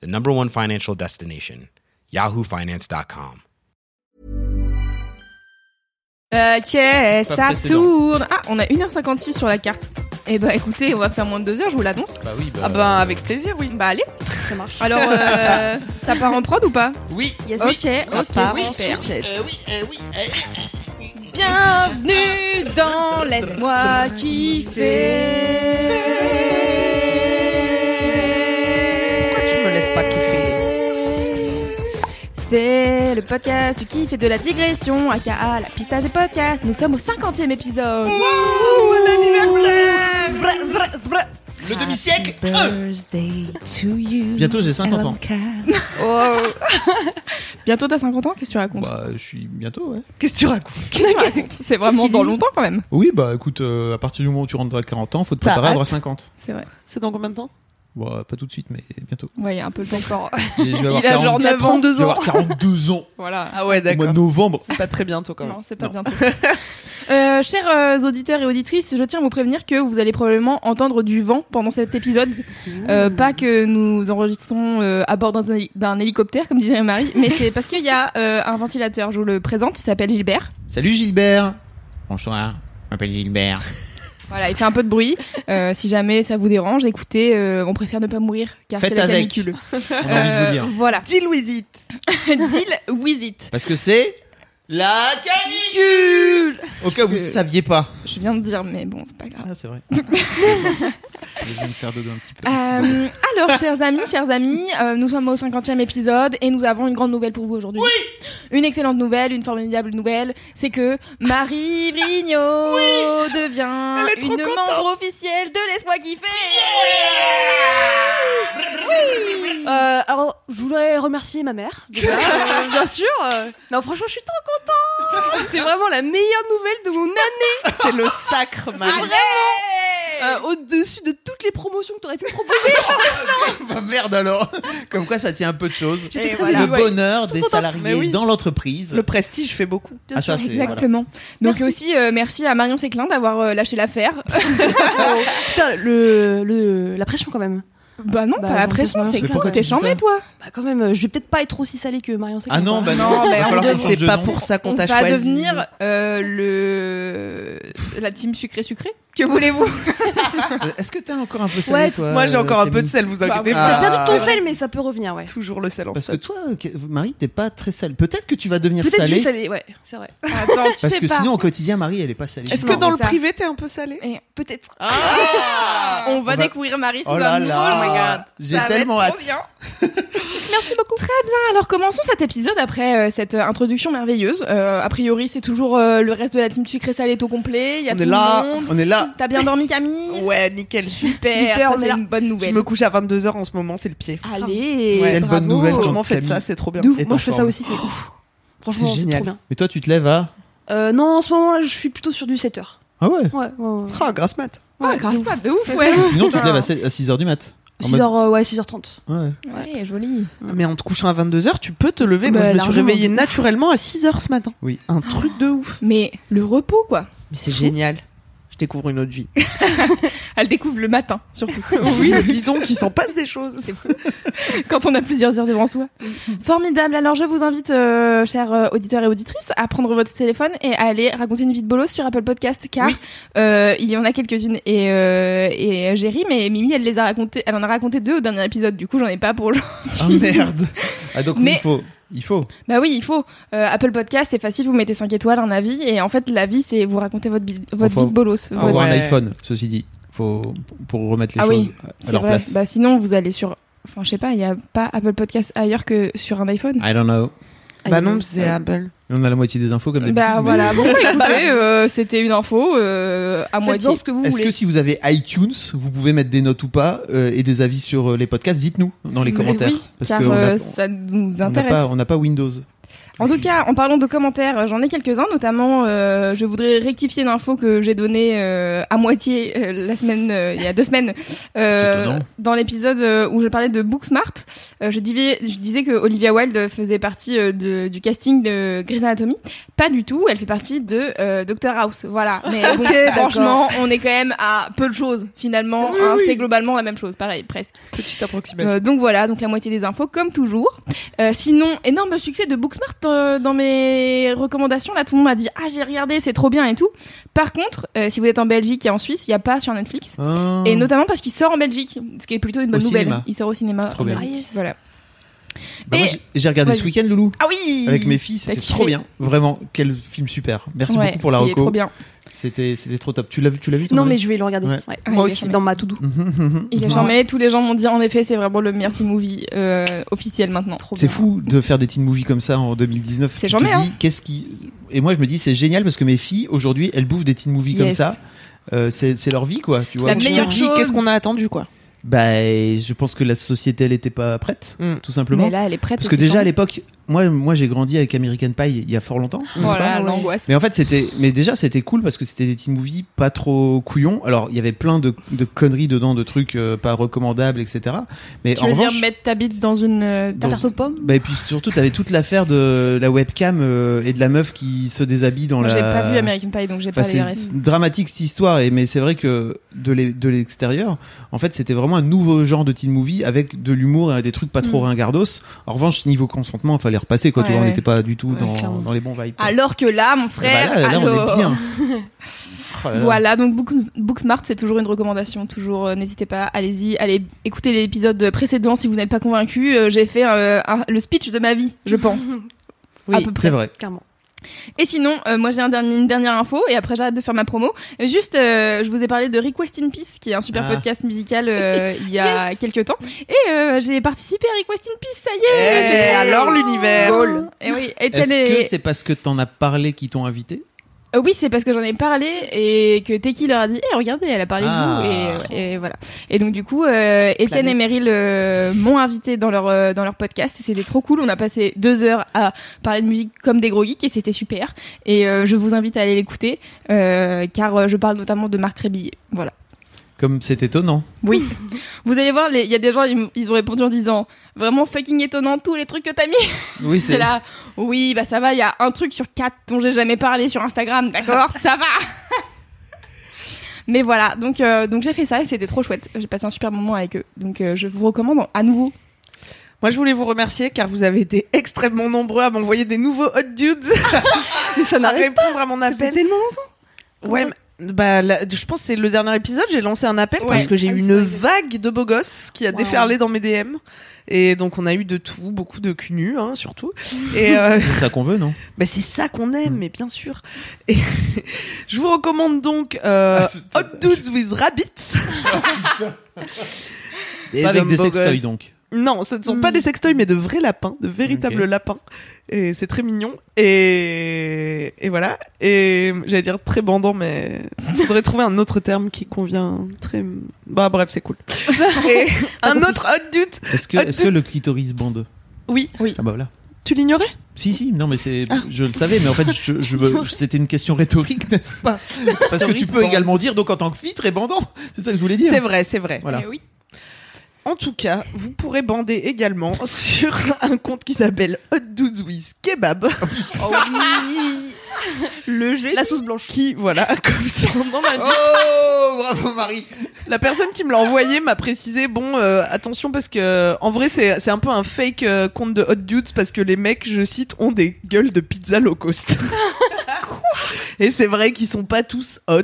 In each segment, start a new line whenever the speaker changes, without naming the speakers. the number one financial destination, yahoofinance.com.
Ok, ça
précédent.
tourne. Ah, on a 1h56 sur la carte. Eh bah écoutez, on va faire moins de 2 heures, je vous l'annonce.
Bah oui, bah.
Ah ben avec plaisir, oui.
Bah allez,
Ça marche.
alors euh, ça part en prod ou pas
Oui, Euh,
Yes.
Ok,
Ça part
ok,
en
super.
sucette.
Bienvenue dans Laisse-moi kiffer.
Pourquoi tu me laisses pas kiffer
C'est le podcast du kiff et de la digression, aka la pistage des podcasts. Nous sommes au 50e épisode.
le demi-siècle
Birthday to you.
Bientôt, j'ai 50 ans.
LMK.
Oh
Bientôt t'as 50 ans, qu'est-ce que tu racontes
Bah, je suis bientôt, ouais.
Qu'est-ce que tu racontes
Qu'est-ce que tu racontes C'est vraiment
qu'il
dans
dit
longtemps quand même.
Oui, bah écoute, euh, à partir du moment où tu rentres à 40 ans, faut te
T'as
préparer à
hâte
avoir 50.
C'est vrai.
C'est dans combien de temps
Bon, euh, pas tout de suite, mais bientôt.
Ouais, il y a un peu le temps encore.
J'ai- Je vais
Il
avoir,
a
40
genre
je
9 ans.
vais avoir 42 ans
Voilà.
Ah ouais,
au mois de
d'accord.
novembre.
C'est pas très bientôt quand même.
Non, c'est pas bientôt. Euh, chers euh, auditeurs et auditrices, je tiens à vous prévenir que vous allez probablement entendre du vent pendant cet épisode. Euh, pas que nous enregistrons euh, à bord d'un héli- d'un hélicoptère, comme disait Marie, mais c'est parce qu'il y a euh, un ventilateur. Je vous le présente, il s'appelle Gilbert.
Salut Gilbert Bonsoir, je m'appelle Gilbert.
Voilà, il fait un peu de bruit. Euh, si jamais ça vous dérange, écoutez, euh, on préfère ne pas mourir car
Faites
c'est la
avec.
canicule. Euh,
On a envie de vous dire.
Voilà,
Deal with it.
deal with it.
Parce que c'est la
Canicule.
Au cas où vous
Parce que-
saviez pas.
Je viens de dire, mais bon, c'est pas grave.
Ah, c'est vrai. Je vais me faire dodo un petit peu.
Euh, alors, chers amis, chers amis, euh, nous sommes au 50e épisode et nous avons une grande nouvelle pour vous aujourd'hui. Oui Une excellente nouvelle, une formidable nouvelle, c'est que Marie Vrignot devient
Elle est
une
trop contente.
membre officielle de Laisse-moi kiffer Oui
Euh, alors, je voulais remercier ma mère. déjà, euh, bien sûr. euh. non, franchement, je suis trop contente. C'est vraiment la meilleure nouvelle de mon année.
C'est le sacre, Marie.
Euh, Au-dessus de toutes les promotions que t'aurais pu me proposer.
Bah, merde alors Comme quoi ça tient un peu de choses.
J'étais
Et
très
Eh voilà.
Le
émue, ouais.
bonheur des
contente,
salariés
mais oui.
dans l'entreprise.
Le prestige fait beaucoup.
Bien
Ah,
sûr.
ça, c'est- voilà.
Exactement. Donc
Merci.
aussi euh, merci à Marion Séclin d'avoir euh, lâché l'affaire.
Oh. Putain, le, le, la pression quand même.
bah non,
Bah,
pas la
j'en peux
pression,
pas.
c'est
Mais pourquoi
clair. T'es
tu dis ça
chambé toi.
Bah quand même, euh, je vais peut-être pas être aussi salée que Marion Séclin.
Ah non, bah
quoi.
Non,
non,
mais
va
on
falloir qu'on
devrait-
change
C'est
de
pas
nom.
pour ça qu'on
On
t'a
va
choisi.
devenir euh, le la team sucré sucré. Que voulez-vous
Euh, Est-ce que t'as encore un peu salé,
Ouais,
toi
moi j'ai
euh,
encore un peu de
Camille
sel, vous inquiétez
Bah,
T'as
pas.
perdu ton
C'est vrai.
sel, mais ça peut revenir, ouais.
Ah. Toujours le sel en
Parce que
sel.
toi, euh, que- Marie, t'es pas très salée. Peut-être que tu vas devenir
Peut-être que je
salée.
suis salée, ouais, c'est vrai.
Attends, tu
Parce
sais
que
pas.
sinon, au quotidien, Marie, elle est pas salée.
Est-ce
Non,
que dans
c'est
le
ça.
privé t'es un peu salé
Et
Peut-être.
Ah
on va
Bah-
découvrir Marie sous
Oh
un
là
nouveau,
là,
je regarde.
j'ai
Ça va
tellement
être
hâte.
trop bien. Merci beaucoup. Très bien. Alors commençons cet épisode après euh, cette euh, introduction merveilleuse. Euh, a priori, c'est toujours euh, le reste de la team sucré salé est au complet. Il y a
On
tout
est
le
là.
monde.
On est là.
T'as bien dormi Camille
Ouais, nickel.
Super.
Huit heures,
ça,
on
c'est
est là.
une bonne
Je
nouvelle.
me couche à 22h en ce moment, c'est le pied.
Ah, Allez.
Ouais.
Quelle bonne nouvelle.
Franchement,
Camille.
faites ça, c'est trop bien.
De ouf.
Et
Moi, je fais ça
t'en
aussi, c'est ouf.
C'est
Franchement, c'est
génial.
trop bien.
Mais toi, tu te lèves à.
Euh, non, en ce moment, là, je suis plutôt sur du 7 heures.
Ah ouais
Ouais, ouais, ouais.
Ah, grâce mat.
Ah,
Ouais,
grâce
de ouf.
pas de ouf, ouais.
Sinon, tu te lèves à 6h du mat. En
6
mode-
heures, euh, ouais, 6h30.
Ouais.
Allez, joli.
Mais en te couchant à 22h, tu peux te lever.
Bah,
Moi, je me suis
largement.
réveillée naturellement à 6h ce matin.
Oui.
Un truc de ouf.
Mais le repos, quoi.
Mais c'est génial. Je découvre une autre vie.
Elle découvre le matin, surtout.
oui, disons qu'il s'en passe des choses.
quand on a plusieurs heures devant soi. Formidable. Alors, je vous invite, euh, chers euh, auditeurs et auditrices, à prendre votre téléphone et à aller raconter une vie de bolos sur Apple Podcast, car euh, il y en a quelques-unes et, euh, et j'ai ri, mais Mimi, elle les a racontées, elle en a raconté deux au dernier épisode, du coup, j'en ai pas pour aujourd'hui.
Ah merde Ah donc,
Mais-
il faut. Il faut.
Bah oui, il faut. Euh, Apple Podcast, c'est facile, vous mettez 5 étoiles, un avis, et en fait, l'avis, c'est vous racontez votre, bi- votre
Enfin,
vie de bolos.
Faut
votre-
avoir un
ouais.
iPhone, ceci dit. Faut pour remettre les
Ah oui,
choses à
c'est
leur
vrai.
place.
Bah, sinon, vous allez sur. Enfin, je sais pas, il y a pas Apple Podcast ailleurs que sur un iPhone.
I don't know.
Ah,
Bah
il-
non, c'est Apple.
On a la moitié des infos comme d'habitude.
Bah
mais-
voilà, bon bah, écoutez, euh, c'était une info euh, à moitié.
Faites-en ce que vous
Est-ce
voulez.
que si vous avez iTunes, vous pouvez mettre des notes ou pas euh, et des avis sur euh, les podcasts Dites-nous dans les
Mais
commentaires.
oui,
parce
car
que on a-
euh, ça nous
on n'a
intéresse.
pas, on n'a pas Windows.
En tout cas, en parlant de commentaires, j'en ai quelques-uns, notamment euh, je voudrais rectifier une info que j'ai donnée euh, à moitié euh, la semaine, euh, il y a deux semaines,
C'est
euh,
étonnant.
dans l'épisode euh, où je parlais de Booksmart. Euh, je, dis- je disais que Olivia Wilde faisait partie euh, de- du casting de Grey's Anatomy. Pas du tout, elle fait partie de euh, Doctor House. Voilà, mais bon, franchement, on est quand même à peu de choses finalement. hein, C'est globalement la même chose, pareil, presque.
Petite approximation.
Euh, donc voilà, donc la moitié des infos, comme toujours. Euh, sinon, énorme succès de Booksmart euh, dans mes recommandations. Là, tout le monde m'a dit Ah, j'ai regardé, c'est trop bien et tout. Par contre, euh, si vous êtes en Belgique et en Suisse, il n'y a pas sur Netflix.
Ah.
Et notamment parce qu'il sort en Belgique, ce qui est plutôt une bonne
Au
nouvelle.
cinéma.
Il sort au cinéma.
Trop
en
bien.
Belgique.
Ah, yes.
Voilà.
Bah, moi,
et-
j'ai- j'ai regardé ce
Vas-y.
week-end, Loulou,
Ah oui
avec mes filles.
T'as
C'était
kiffé.
trop bien. Vraiment, quel film super. Merci
Ouais,
beaucoup pour la
il est trop
reco.
bien.
C'était c'était trop top. Tu l'as vu, tu l'as vu toi,
Non, mais
Marie
je vais le regarder.
Ouais.
Ouais.
Ah, il est
Moi aussi,
charmé.
dans ma to-do.
Il est charmé. Tous les gens m'ont dit En effet, c'est vraiment le meilleur teen movie euh, officiel maintenant. Trop
C'est
bien.
fou de faire des teen movies comme ça en 2019.
C'est
Tu
jamais,
te dis,
hein.
Qu'est-ce qui Et moi je me dis c'est génial parce que mes filles aujourd'hui elles bouffent des teen movies comme
Yes.
ça. Euh, c'est c'est leur vie quoi, tu vois.
La meilleure chose.
Qu'est-ce qu'on a attendu, quoi
Bah je pense que la société elle était pas prête,
Mm.
tout
Mais
simplement.
là, elle est prête.
Parce que déjà à l'époque, moi moi j'ai grandi avec American Pie il y a fort longtemps. n'est-ce pas
Voilà,
Ouais.
l'angoisse.
Mais en fait, c'était, mais déjà, c'était cool parce que c'était des teen movies pas trop couillons. Alors, il y avait plein de, de conneries dedans, de trucs euh, pas recommandables, etc. Mais
Tu
en
veux
revanche,
dire mettre ta bite dans une euh,
Dans-
La tarte aux pommes
bah, et puis surtout, t'avais toute l'affaire de la webcam euh, et de la meuf qui se déshabille dans
Moi,
la.
J'ai pas vu American Pie, donc j'ai
Enfin,
pas les
Bah, c'est
refs.
dramatique cette histoire, et, mais c'est vrai que de l'e- de l'extérieur, en fait, c'était vraiment un nouveau genre de teen movie avec de l'humour et des trucs pas trop ringardos. En revanche, niveau consentement, il fallait repasser, quoi.
Mm.
tu
Ouais,
vois, on
ouais.
n'était pas du tout
Ouais,
dans,
clairement.
dans les bons vibes. quoi. Ah
Alors que là, mon frère,
Bah là, là,
alors...
on est bien. Oh là là.
Voilà, donc Book- Booksmart, c'est toujours une recommandation. Toujours, euh, n'hésitez pas, allez-y, allez écouter l'épisode précédent si vous n'êtes pas convaincu. Euh, J'ai fait euh, un- le speech de ma vie, je pense, à peu
C'est
près.
vrai.
Clairement.
Et sinon, euh, moi j'ai un dernier- une dernière info et après j'arrête de faire ma promo. Juste, euh, je vous ai parlé de Request in Peace, qui est un super
Ah.
podcast musical euh, il y a
Yes.
quelques temps. Et euh, j'ai participé à Request in Peace, ça y est
Eh,
c'est trop
alors
bien.
l'univers. Goal.
Et oui,
Est-ce
Étienne
que
est-
c'est parce que t'en as parlé qu'ils t'ont invité
Euh, Oui, c'est parce que j'en ai parlé et que Teki leur a dit Eh, regardez, elle a parlé
Ah.
de vous. Et, et voilà. Et donc, du coup, euh, Étienne et
Planète.
Meryl euh, m'ont invité dans leur, euh, dans leur podcast. Et C'était trop cool. On a passé deux heures à parler de musique comme des gros geeks et c'était super. Et euh, je vous invite à aller l'écouter euh, car euh, je parle notamment de Marc Rébillet. Voilà.
Comme c'est étonnant.
Oui. vous allez voir, les- il y a des gens, ils, m- ils ont répondu en disant Vraiment fucking étonnant tous les trucs que t'as mis.
Oui,
C'est là, oui, bah ça va, il y a un truc sur quatre dont j'ai jamais parlé sur Instagram, d'accord, ça va. Mais voilà, donc, euh, donc j'ai fait ça et c'était trop chouette. J'ai passé un super moment avec eux. Donc euh, je vous recommande à nouveau.
Moi, je voulais vous remercier car vous avez été extrêmement nombreux à m'envoyer des nouveaux hot dudes,
Ah, Mais ça
à
n'arrête
répondre à mon
pas. Ça fait
appel.
tellement longtemps. Mmh.
Ouais, mais- bah, là, je pense que c'est le dernier épisode, j'ai lancé un appel
Ouais.
parce que j'ai
Ah
eu
oui, c'est
une
vrai que-
vague de beaux gosses qui a
Wow.
déferlé dans mes DM. Et donc, on a eu de tout, beaucoup de cul nus, hein, surtout. Et euh,
C'est ça qu'on veut, non
bah, c'est ça qu'on aime,
Mm.
mais bien sûr. Et je vous recommande donc euh,
Ah,
oh,
c'est-
Hot Dudes with Rabbits.
Pas avec
hommes
des
beaux
sextoys
gosses.
donc.
Non, ce ne sont
Mm.
pas des sextoys, mais de vrais lapins, de véritables
Ok.
lapins. Et c'est très mignon. Et, et voilà. Et j'allais dire très bandant, mais faudrait trouver un autre terme qui convient. Très. Bah bref, c'est cool. Et un
compris.
autre hot dude.
Est-ce
Oh,
que,
Hot
est-ce que
dudes.
le clitoris bande
Oui.
Ah bah voilà.
Tu l'ignorais
Si, si, non mais c'est,
Ah.
je le savais, mais en fait, je, je me- c'était une question rhétorique, n'est-ce pas Parce que tu
Clitoris
peux
bande.
également dire, donc en tant que fille, très bandant. C'est ça que je voulais dire.
C'est vrai, c'est vrai.
Voilà.
Eh oui.
En tout cas, vous pourrez bander également sur un compte qui s'appelle Hot Dudes with Kebab.
Oh
Le G.
La sauce blanche.
Qui, voilà, comme son nom l'indique.
Oh, bravo Marie.
La personne qui me l'a envoyé m'a précisé bon euh, attention parce que euh, en vrai c'est c'est un peu un fake euh, compte de hot dudes parce que les mecs je cite ont des gueules de pizza low cost. Et c'est vrai qu'ils sont pas tous hot.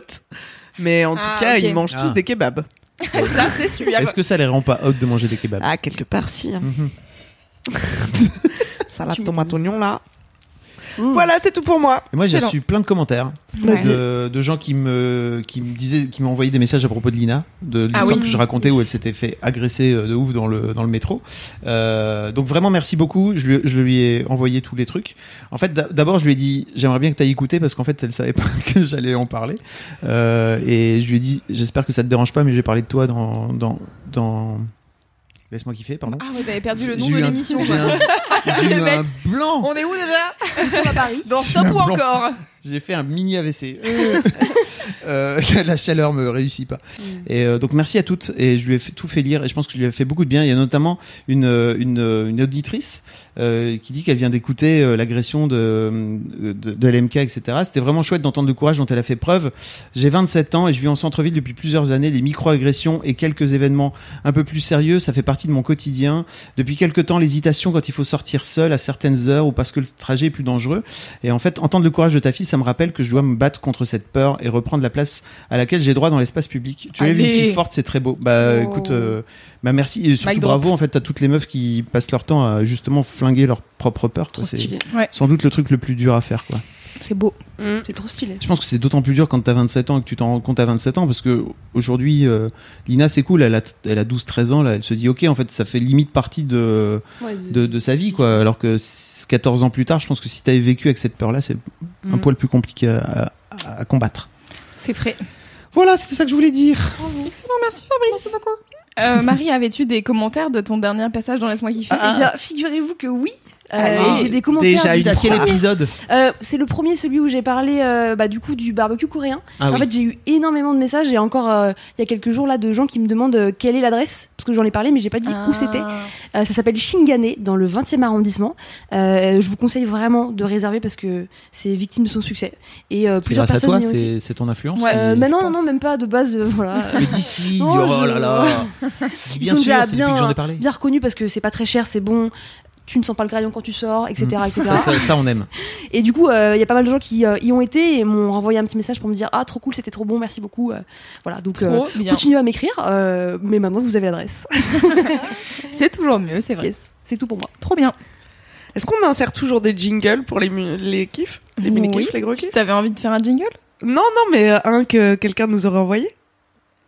Mais en tout
Ah,
cas,
ok.
ils mangent
Ah.
tous des kebabs.
ça, c'est sûr.
Est-ce que ça les rend pas hot de manger des kebabs
hein. Ah, quelque part, si.
Mhm.
Salade tomate oignon, là. Voilà, c'est tout pour moi.
Et moi, j'ai
Excellent.
reçu plein de commentaires
Vas-y.
de, de gens qui me, qui me disaient, qui m'ont envoyé des messages à propos de Lina, de l'histoire
Ah oui.
que je racontais où elle s'était fait agresser euh, de ouf dans le, dans le métro. Euh, donc vraiment, merci beaucoup. Je lui, je lui ai envoyé tous les trucs. En fait, d'a- d'abord, je lui ai dit, j'aimerais bien que tu écouté parce qu'en fait, elle savait pas que j'allais en parler. Euh, et je lui ai dit, j'espère que ça te dérange pas, mais j'ai parlé de toi dans, dans, dans... Laisse-moi kiffer, pardon.
Ah ouais, t'avais perdu le
J'ai
nom de
eu un-
l'émission.
J'ai un, j'ai eu
Le mec.
un blanc.
On est où déjà
Dans
J'ai
Stop
un
ou
blanc.
encore
J'ai fait un mini AVC. Euh, la chaleur me réussit pas. Et euh, donc merci à toutes et je lui ai fait- tout fait lire et je pense que je lui ai fait beaucoup de bien. Il y a notamment une euh, une, euh, une auditrice euh, qui dit qu'elle vient d'écouter euh, l'agression de, de de LMK etc. C'était vraiment chouette d'entendre le courage dont elle a fait preuve. J'ai 27 ans et je vis en centre-ville depuis plusieurs années. Les micro-agressions et quelques événements un peu plus sérieux, ça fait partie de mon quotidien. Depuis quelques temps, l'hésitation quand il faut sortir seul à certaines heures ou parce que le trajet est plus dangereux. Et en fait, entendre le courage de ta fille, ça me rappelle que je dois me battre contre cette peur et reprendre la place à laquelle j'ai droit dans l'espace public. Tu es une
Allez.
fille forte, c'est très beau. Bah
Oh.
écoute, euh, bah merci et surtout
Mic drop.
bravo en fait à toutes les meufs qui passent leur temps à justement flinguer leur propre peur. quoi.
Trop
C'est
stylé.
sans doute le truc le plus dur à faire quoi.
C'est beau.
Hmm.
C'est trop stylé.
Je pense que c'est d'autant plus dur quand t'as 27 ans et que tu t'en rends compte à 27 ans parce que aujourd'hui euh, Lina c'est cool elle a elle a 12 13 ans là elle se dit OK en fait ça fait limite partie de
Ouais, de-
de, de sa vie quoi alors que c- 14 ans plus tard je pense que si t'avais vécu avec cette peur là c'est un
Mm.
poil plus compliqué à, à- à combattre.
C'est frais.
Voilà, c'était ça que je voulais dire.
Excellent, merci Fabrice. Euh, Marie, avais-tu des commentaires de ton dernier passage dans Laisse-moi kiffer
Eh bien, figurez-vous que oui. Euh,
Alors,
et j'ai
c'est
des commentaires.
déjà
du
une
premier-
Quel
épisode
Euh, c'est le premier, celui où j'ai parlé euh, bah, du coup du barbecue coréen.
Ah
en
oui.
fait, j'ai eu énormément de messages et encore euh, il y a quelques jours là de gens qui me demandent euh, quelle est l'adresse parce que j'en ai parlé mais j'ai pas dit où c'était.
Ah,
Euh, ça s'appelle Shingane dans le 20e arrondissement. Euh, je vous conseille vraiment de réserver parce que c'est victime de son succès et euh,
c'est
plusieurs
grâce à toi,
personnes m'y ont dit.
c'est c'est ton influence.
Ouais,
Euh,
qui-
mais
je
non, non,
pense.
non, même pas de base. euh, voilà.
Mais d'ici,
Oh,
oh,
je-
là là. Dis
Ils sont déjà
c'est depuis que
bien,
j'en ai parlé.
bien reconnu parce que c'est pas très cher, c'est bon. Tu ne sens pas le crayon quand tu sors, etc. etc.
Mm. Ça, ça- ça, on aime.
Et du coup, il y a pas mal de gens qui euh, y ont été et m'ont renvoyé un petit message pour me dire Ah, trop cool, c'était trop bon, merci beaucoup. Euh, voilà, donc euh,
Trop bien.
continuez à m'écrire, euh, mais maintenant vous avez l'adresse.
C'est toujours mieux, c'est vrai.
Yes, c'est tout pour moi.
Trop bien.
Est-ce qu'on insère toujours des jingles pour les, mu- les kiffs Les mini
Oui.
kiffs, les gros
Tu
kiffs
t'avais envie de faire un jingle
Non, non, mais euh, un que quelqu'un nous aurait envoyé.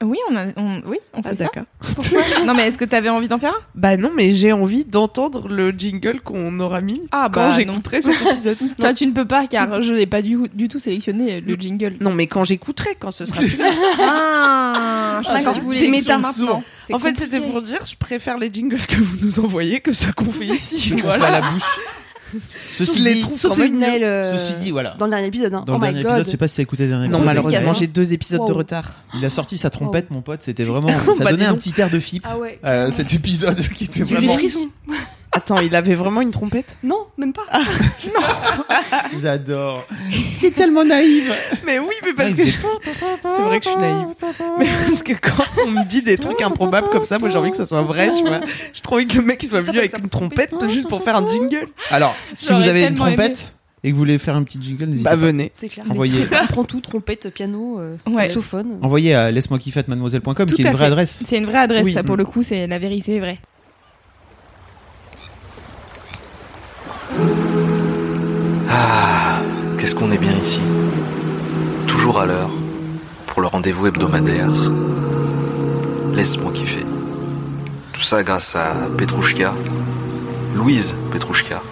Oui, on a, on- oui, on
Ah,
fait
d'accord.
ça. Pourquoi non mais est-ce que t'avais envie d'en faire un
Bah non, mais j'ai envie d'entendre le jingle qu'on aura mis
Ah
quand
bah non.
j'écouterai cet épisode. non.
Enfin, tu ne peux pas car je n'ai pas du, du tout sélectionné le jingle.
Non, mais quand j'écouterai, quand ce sera fini.
Ah, je pensais que
d'accord.
tu voulais
C'est
le
méta.
faire maintenant. C'est
En fait,
compliqué.
c'était pour dire je préfère les jingles que vous nous envoyez que ceux qu'on fait ici.
On fait
voilà.
à la bouche. Ceci
Je les
dit,
trouve
Sauf
quand même
celui de
mieux.
Naël, euh,
ceci dit, voilà.
dans le dernier épisode. Hein.
Dans
oh
le
my
dernier
God.
épisode, je sais pas si t'as écouté le dernier
Non,
épisode.
malheureusement,
dédicace, hein.
j'ai deux épisodes de
Wow.
retard.
Il a sorti sa trompette, mon pote. C'était vraiment. Ça
Bah, dis
donnait un
donc.
petit air de fip.
Ah ouais.
Euh, cet épisode qui était
J'ai eu des
vraiment.
frissons.
Attends, il avait vraiment une trompette
Non, même pas.
J'adore. C'est tellement naïve.
Mais oui, mais parce
Ah,
que
il
je- c'est vrai que je suis naïve. Mais parce que quand on me dit des trucs improbables comme ça, moi j'ai envie que ça soit vrai, tu vois. J'ai trop envie que le mec il soit
Surtout
venu avec
que ça
une trompette juste pour faire un jingle.
Alors, si
J'aurais
vous avez une
tellement aimé.
trompette et que vous voulez faire un petit jingle, n'hésitez
Bah
pas.
venez.
C'est clair.
Envoyez.
Mais On prend tout trompette, piano, euh,
Ouais.
saxophone.
Envoyez à laisse-moi kiffer at mademoiselle.com
Tout
qui est une
à
vraie
fait.
adresse.
C'est une vraie adresse,
Oui.
ça pour le coup, c'est la vérité vraie.
Ah, qu'est-ce qu'on est bien ici. Toujours à l'heure, pour le rendez-vous hebdomadaire. Laisse-moi kiffer. Tout ça grâce à Petrouchka, Louise Petrouchka.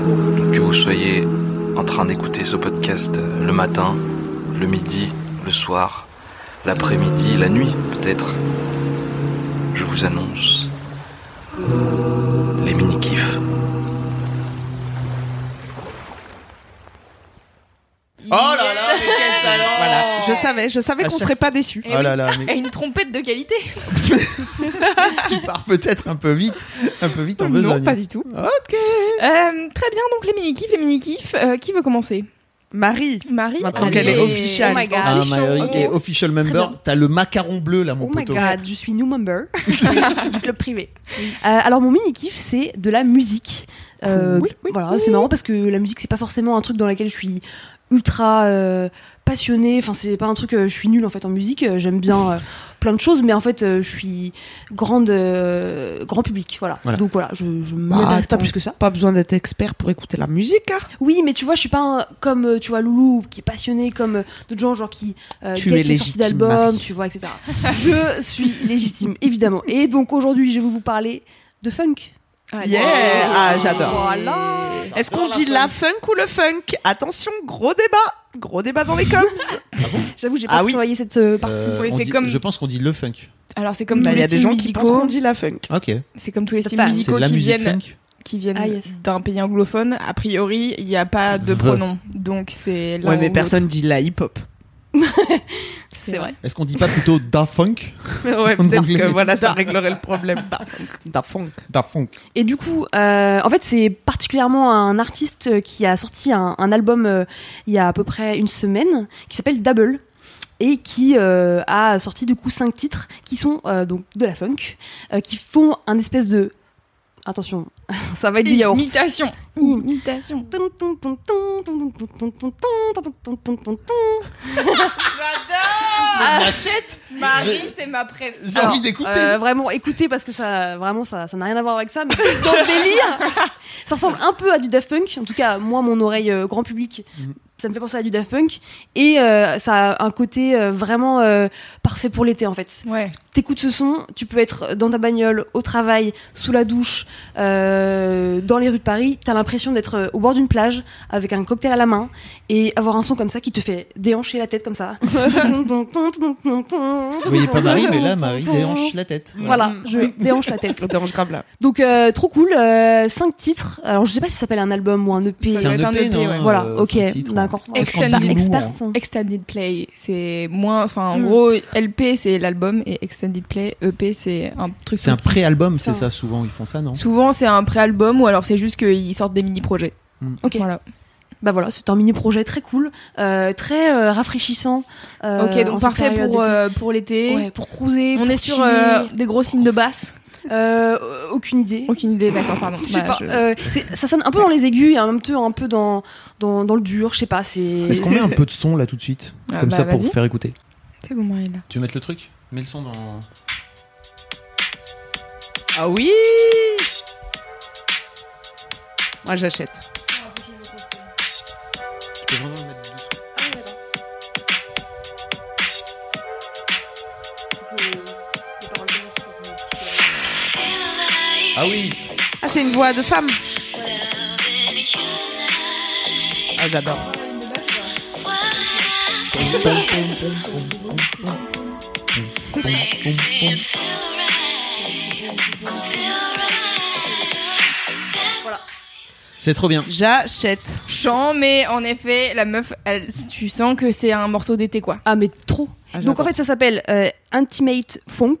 Donc que vous soyez en train d'écouter ce podcast euh, le matin, le midi, le soir, l'après-midi, la nuit peut-être, je vous annonce les mini-kifs.
Oh là là, mais quel talent
Voilà, je savais, je savais
À
qu'on
chaque-
serait pas déçus.
Eh
Oh
oui.
là là, mais
Et une trompette de qualité.
tu pars peut-être un peu vite, un peu vite en
Non,
besogne.
pas du tout.
Ok.
Euh, très bien, donc les mini-kifs, les mini-kifs. Euh, qui veut commencer
Marie,
Marie
Maintenant
Allez.
qu'elle est
officielle. Oh my God. Ah,
Ah,
chaud,
Marie
ok.
est official
bien.
member. T'as le macaron bleu là, mon
Oh my
poteau.
god, je suis new member du club privé. Euh, alors mon mini kiff, c'est de la musique. Euh,
Cool.
Voilà, c'est marrant parce que la musique, c'est pas forcément un truc dans lequel je suis ultra euh, passionnée. Enfin, c'est pas un truc. euh, je suis nulle en fait en musique. Euh, J'aime bien euh, plein de choses, mais en fait, euh, je suis grande, euh, grand public. Voilà.
Voilà.
Donc voilà, je, je
Bah,
m'intéresse pas
attends.
plus que ça.
Pas besoin d'être expert pour écouter la musique, hein.
Oui, mais tu vois, je suis pas un- comme euh, tu vois Loulou qui est passionné, comme euh, d'autres gens genre qui euh,
Tu es
guettent les sorties
légitime,
d'albums,
Marie.
tu vois, etc. je suis légitime, évidemment. Et donc aujourd'hui, je vais vous parler de funk.
Yeah. Ah, j'adore.
Voilà.
Est-ce qu'on dit Bah, la funk ou le funk Attention, gros débat Gros débat dans les coms
J'avoue, j'ai
Ah
pas
oui.
travaillé cette euh, partie.
Euh,
Oui,
on
c'est
dit-
comme-
Je pense qu'on dit le funk.
Alors c'est comme
Bah,
tous
Il y
les
a des
styles
gens qui pensent
musicaux.
qu'on dit la funk.
Ok.
C'est comme tous les styles
Enfin,
C'est de
musicaux
la
qui
musique
viennent,
funk.
qui viennent
Ah, yes.
d'un pays anglophone. A priori, il n'y a pas de
The.
pronom, donc c'est. l'un
Ouais,
ou
mais
l'autre.
personne dit la hip-hop.
C'est vrai.
Est-ce qu'on dit pas plutôt da funk
ouais,
En
peut-être
anglais.
que voilà, ça réglerait le problème. Da funk. Da funk.
Da funk.
Et du coup, euh, en fait, c'est particulièrement un artiste euh, qui a sorti un, un album euh, il y a à peu près une semaine qui s'appelle Double et qui euh, a sorti du coup cinq titres qui sont euh, donc de la funk, euh, qui font un espèce de attention, ça va être du yaourt.
Imitation. Imitation.
J'achète
Marie, t'es ma préf.
J'ai
Alors,
envie d'écouter.
euh, vraiment, écoutez parce que ça, vraiment, ça, ça n'a rien à voir avec ça, mais dans le délire, ça ressemble un peu à du Daft Punk. En tout cas, moi, mon oreille euh, grand public,
Mhm.
ça me fait penser à du Daft Punk. Et euh, ça a un côté euh, vraiment euh, parfait pour l'été, en fait.
Ouais.
T'écoutes ce son, tu peux être dans ta bagnole, au travail, sous la douche, euh, dans les rues de Paris. T'as l'impression d'être euh, au bord d'une plage avec un cocktail à la main et avoir un son comme ça qui te fait déhancher la tête comme ça.
Vous voyez pas Marie, mais là, Marie déhanche la tête.
Voilà,
Mm.
je déhanche la tête.
Ça dérange grave là.
Donc euh, trop cool, euh, cinq titres. Alors je sais pas si ça s'appelle un album ou un EP.
Ça doit être un EP, ouais.
Voilà,
E Euh,
ok, Bah,
c'est un titre,
d'accord. hein.
hein. Est-ce qu'on
Excellent.
dit lourd
Experte.
Extended Play, c'est moins. Enfin, en
Mm.
gros, LP c'est l'album et Extended Play, EP c'est un truc.
C'est un
petit.
pré-album, c'est
Ça.
ça, souvent, ils font ça, non
Souvent c'est un pré-album ou alors c'est juste qu'ils sortent des mini-projets.
Mm.
Ok.
Voilà.
Bah voilà, c'est un mini projet très cool, euh, très euh, rafraîchissant. euh,
ok, donc
en cette
parfait
période
pour,
d'été.
euh, pour l'été.
Ouais, pour cruiser.
On
pour
est sur
chiller.
euh, des gros signes de basse.
Euh, euh, aucune idée.
Aucune idée, d'accord, pardon.
Je sais
Bah,
pas,
je-
euh, c'est- ça sonne un peu dans les aigus et en même temps un peu dans, dans, dans le dur, je sais pas. C'est
Est-ce qu'on met un peu de son là tout de suite
Ah,
Comme
bah,
ça pour
vas-y.
vous faire écouter.
C'est bon, Marie, là.
Tu veux mettre le truc Mets le son dans.
Ah oui Moi j'achète.
euh,
Ah oui
Ah c'est une voix de femme Ah j'adore.
C'est trop bien.
J'achète.
chant, mais en effet, la meuf, elle, tu sens que c'est un morceau d'été, quoi.
Ah mais trop.
Ah,
Donc en
j'adore.
fait ça s'appelle euh, Intimate Funk.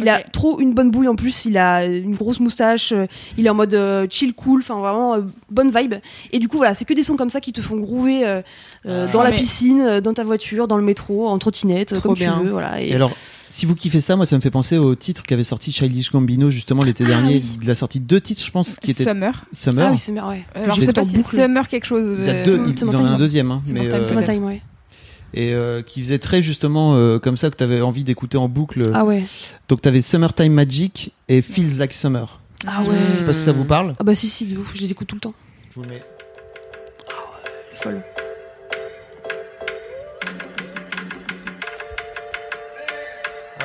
Il a
Ok.
trop une bonne bouille en plus, il a une grosse moustache, euh, il est en mode euh, chill cool, enfin vraiment euh, bonne vibe. Et du coup voilà, c'est que des sons comme ça qui te font groover euh, euh,
Ah.
dans la
Mais-
piscine, euh, dans ta voiture, dans le métro, en trottinette, euh,
Trop
comme
bien.
tu veux, voilà. Et-
Et alors, si vous kiffez ça, moi ça me fait penser au titre qu'avait sorti Childish Gambino justement l'été dernier. Il a sorti deux titres, je pense, qui étaient
Summer.
Summer.
ah oui, c'est bien, ouais.
Alors,
j'ai
je sais
été
pas
en
si
boucle.
Summer quelque chose.
il y a
euh,
deux,
Summer-
il en a
Summertime.
un deuxième, hein, mais
Summertime,
euh,
Summertime.
Summertime, ouais.
et euh, qui faisait très justement euh, comme ça que t'avais envie d'écouter en boucle.
Ah ouais.
Donc t'avais Summertime Magic et Feels Like Summer.
Ah ouais.
ouais.
Je sais pas si ça vous parle.
Ah bah si si, de ouf, je les écoute tout le temps. Ah
Je vous le mets.
Folle.
Ah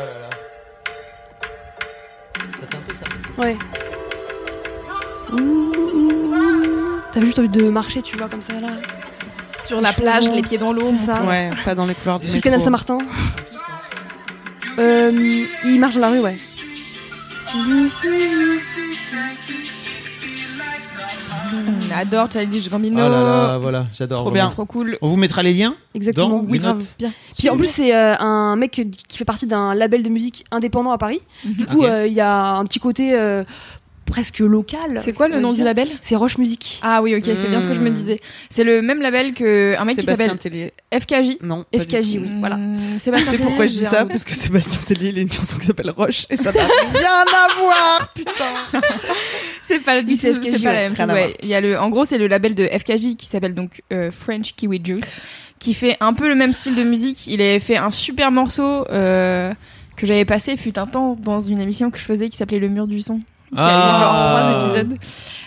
Ouais. Ouh, ouh, ouh. T'avais juste envie de marcher, tu vois, comme ça là.
Sur la plage, les pieds dans l'eau.
C'est ça.
Ouais, pas dans les couleurs du
Sur le
métro.
canal Saint-Martin. Euh, il marche dans la rue, ouais.
On adore Childish
Oh
Gambino.
là là, voilà, j'adore.
Trop
vraiment.
bien.
Trop cool.
On vous mettra les liens.
Exactement,
Dans
oui,
les
grave.
notes.
Bien. Puis en plus, c'est euh, un mec
Mhm. Ah,
qui fait partie d'un label de musique indépendant à Paris. Du coup,
Ok.
euh, il y a un petit côté euh, presque locale.
C'est quoi le
on
nom
va
du
dire.
label
C'est Roche Musique.
Ah oui, ok, c'est bien ce que je me
Hmm.
Mm.
disais. C'est le même label
euh,
que un mec qui
Sébastien
s'appelle
Tellier.
FKJ.
Non. pas du
FKJ,
tout.
oui, voilà.
Mm,
Tu
Sébastien
sais
Tellier,
pourquoi je dis ça
Gérard
Parce que Sébastien Tellier, il a une chanson qui s'appelle Roche et ça n'a rien à voir, putain.
C'est pas du
Oui,
c'est
c'est
FKJ,
FKJ,
pas la
ouais,
même
rien
chose.
à
ouais.
voir.
Il y a le, en gros, c'est le label de FKJ qui s'appelle donc euh, French Kiwi Juice, qui fait un peu le même style de musique. Il avait fait un super morceau euh, que j'avais passé fut un temps dans une émission que je faisais qui s'appelait Le Mur du son. Qui a eu genre trois épisodes. Euh,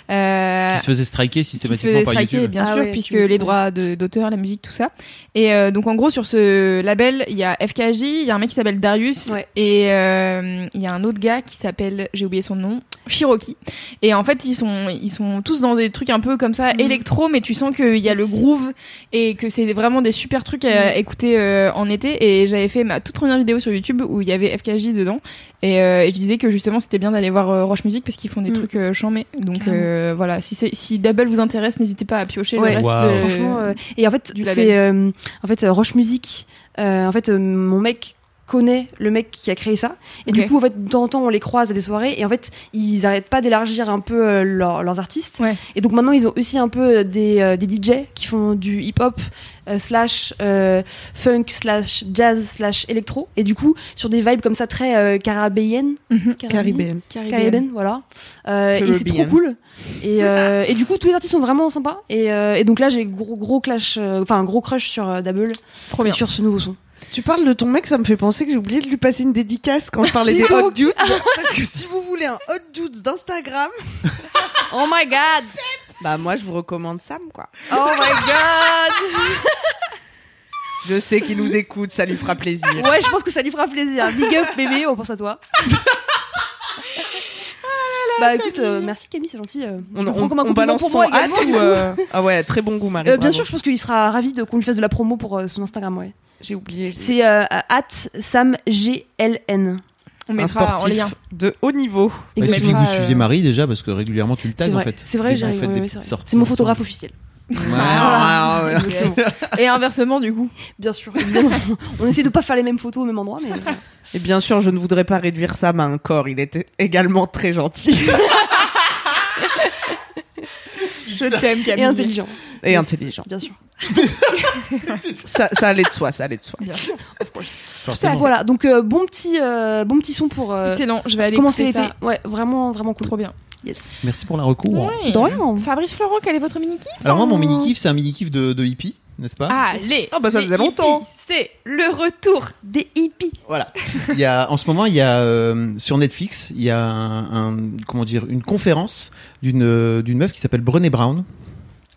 Ah. Qui se faisait striker
qui se
systématiquement
faisait
par
striker,
YouTube.
bien
Ah
sûr,
ouais,
puisque
tu me-
les droits de- d'auteur, la musique, tout ça. Et euh, donc, en gros, sur ce label, il y a FKJ, il y a un mec qui s'appelle Darius,
Ouais.
et euh, il y a un autre gars qui s'appelle, j'ai oublié son nom, Shiroki. Et en fait, ils sont, ils sont tous dans des trucs un peu comme ça,
Mhm.
électro, mais tu sens qu'il y a le groove et que c'est vraiment des super trucs à
Mm.
écouter euh, en été. Et j'avais fait ma toute première vidéo sur YouTube où il y avait FKJ dedans. Et, euh, et je disais que justement c'était bien d'aller voir euh, Roche Music parce qu'ils font des
Mm.
trucs euh, chambés. Donc
Carrément.
euh, voilà, si, c'est- si Double vous intéresse, n'hésitez pas à piocher
Ouais.
le reste.
Waouh.
de-
Franchement, euh, et en fait,
du label.
c'est euh, en fait euh, Roche Musique. euh, en fait, euh, mon mec connaît le mec qui a créé ça et
Ok.
du coup en fait de temps en temps on les croise à des soirées et en fait ils arrêtent pas d'élargir un peu euh, leur- leurs artistes
Ouais.
et donc maintenant ils ont aussi un peu euh, des, euh, des DJ qui font du hip hop slash euh, funk slash jazz slash électro et du coup sur des vibes comme ça très euh, carabéennes
Mhm.
Caribéenne.
Caribbean, voilà. Euh, et c'est trop
Caribbean. Ah.
cool. Et, euh, et du coup, tous les artistes sont vraiment sympas. Et, euh, et donc là, j'ai gros, gros clash, euh, enfin, un gros crush sur euh, Double
Trop
et
bien.
sur ce nouveau son.
Tu parles de ton mec, ça me fait penser que j'ai oublié de lui passer une dédicace quand je parlais des hot dudes. Parce que si vous voulez un hot dudes d'Instagram,
Oh my god!
bah moi je vous recommande Sam quoi.
Oh my
Je sais qu'il nous écoute, ça lui fera plaisir.
god! Ouais, je pense que ça lui fera plaisir. Big up, bébé, on pense à toi.
Ah
bah écoute, euh, merci Camille, c'est gentil. euh, je
On,
le prends
on-
comme un
on
compliment
balance
pour
son
moi
hâte
également, du
ou
coup.
euh, ah ouais très bon goût Marie.
Euh, bien
bravo.
sûr, je pense qu'il sera ravi de qu'on lui fasse de la promo pour euh, son Instagram, ouais.
j'ai oublié.
C'est euh, at samgln.
On
un
mettra en
sportif
lien.
de haut niveau.
Il suffit que
Ah,
Exactement.
vous suiviez Marie déjà parce que régulièrement tu le
C'est
tags en
vrai,
fait.
c'est
Dès
vrai,
que vous
j'arrive,
faites
ouais,
des
ouais,
petites
c'est vrai.
sorties
c'est mon photographe
ensemble.
officiel.
Voilà.
Voilà. Et inversement, du coup.
Bien sûr, évidemment. on essaie de pas faire les mêmes photos au même endroit, mais
Et bien sûr, je ne voudrais pas réduire Sam à un corps. Il était également très gentil
Je t'aime, Camille.
et intelligent,
et intelligent.
bien sûr.
Ça, ça allait de soi, ça allait de soi.
Bien sûr.
Forcément.
Voilà, donc euh, bon petit euh, bon petit son pour euh,
Excellent, je vais aller
commencer
écouter
l'été.
ça.
Ouais, vraiment vraiment cool.
Trop bien.
Yes.
Merci pour la recours. hein.
Ouais.
De rien. hein.
Fabrice Florent, quel est votre mini kiff
Alors moi mon mini kiff c'est un mini kiff de, de hippie, n'est-ce pas
Allez,
Ah bah, ça
les
faisait longtemps.
hippies, C'est le retour des hippies.
Voilà. Il y a, en ce moment, il y a euh, sur Netflix, il y a un, un- comment dire une conférence d'une euh, d'une meuf qui s'appelle Brené Brown.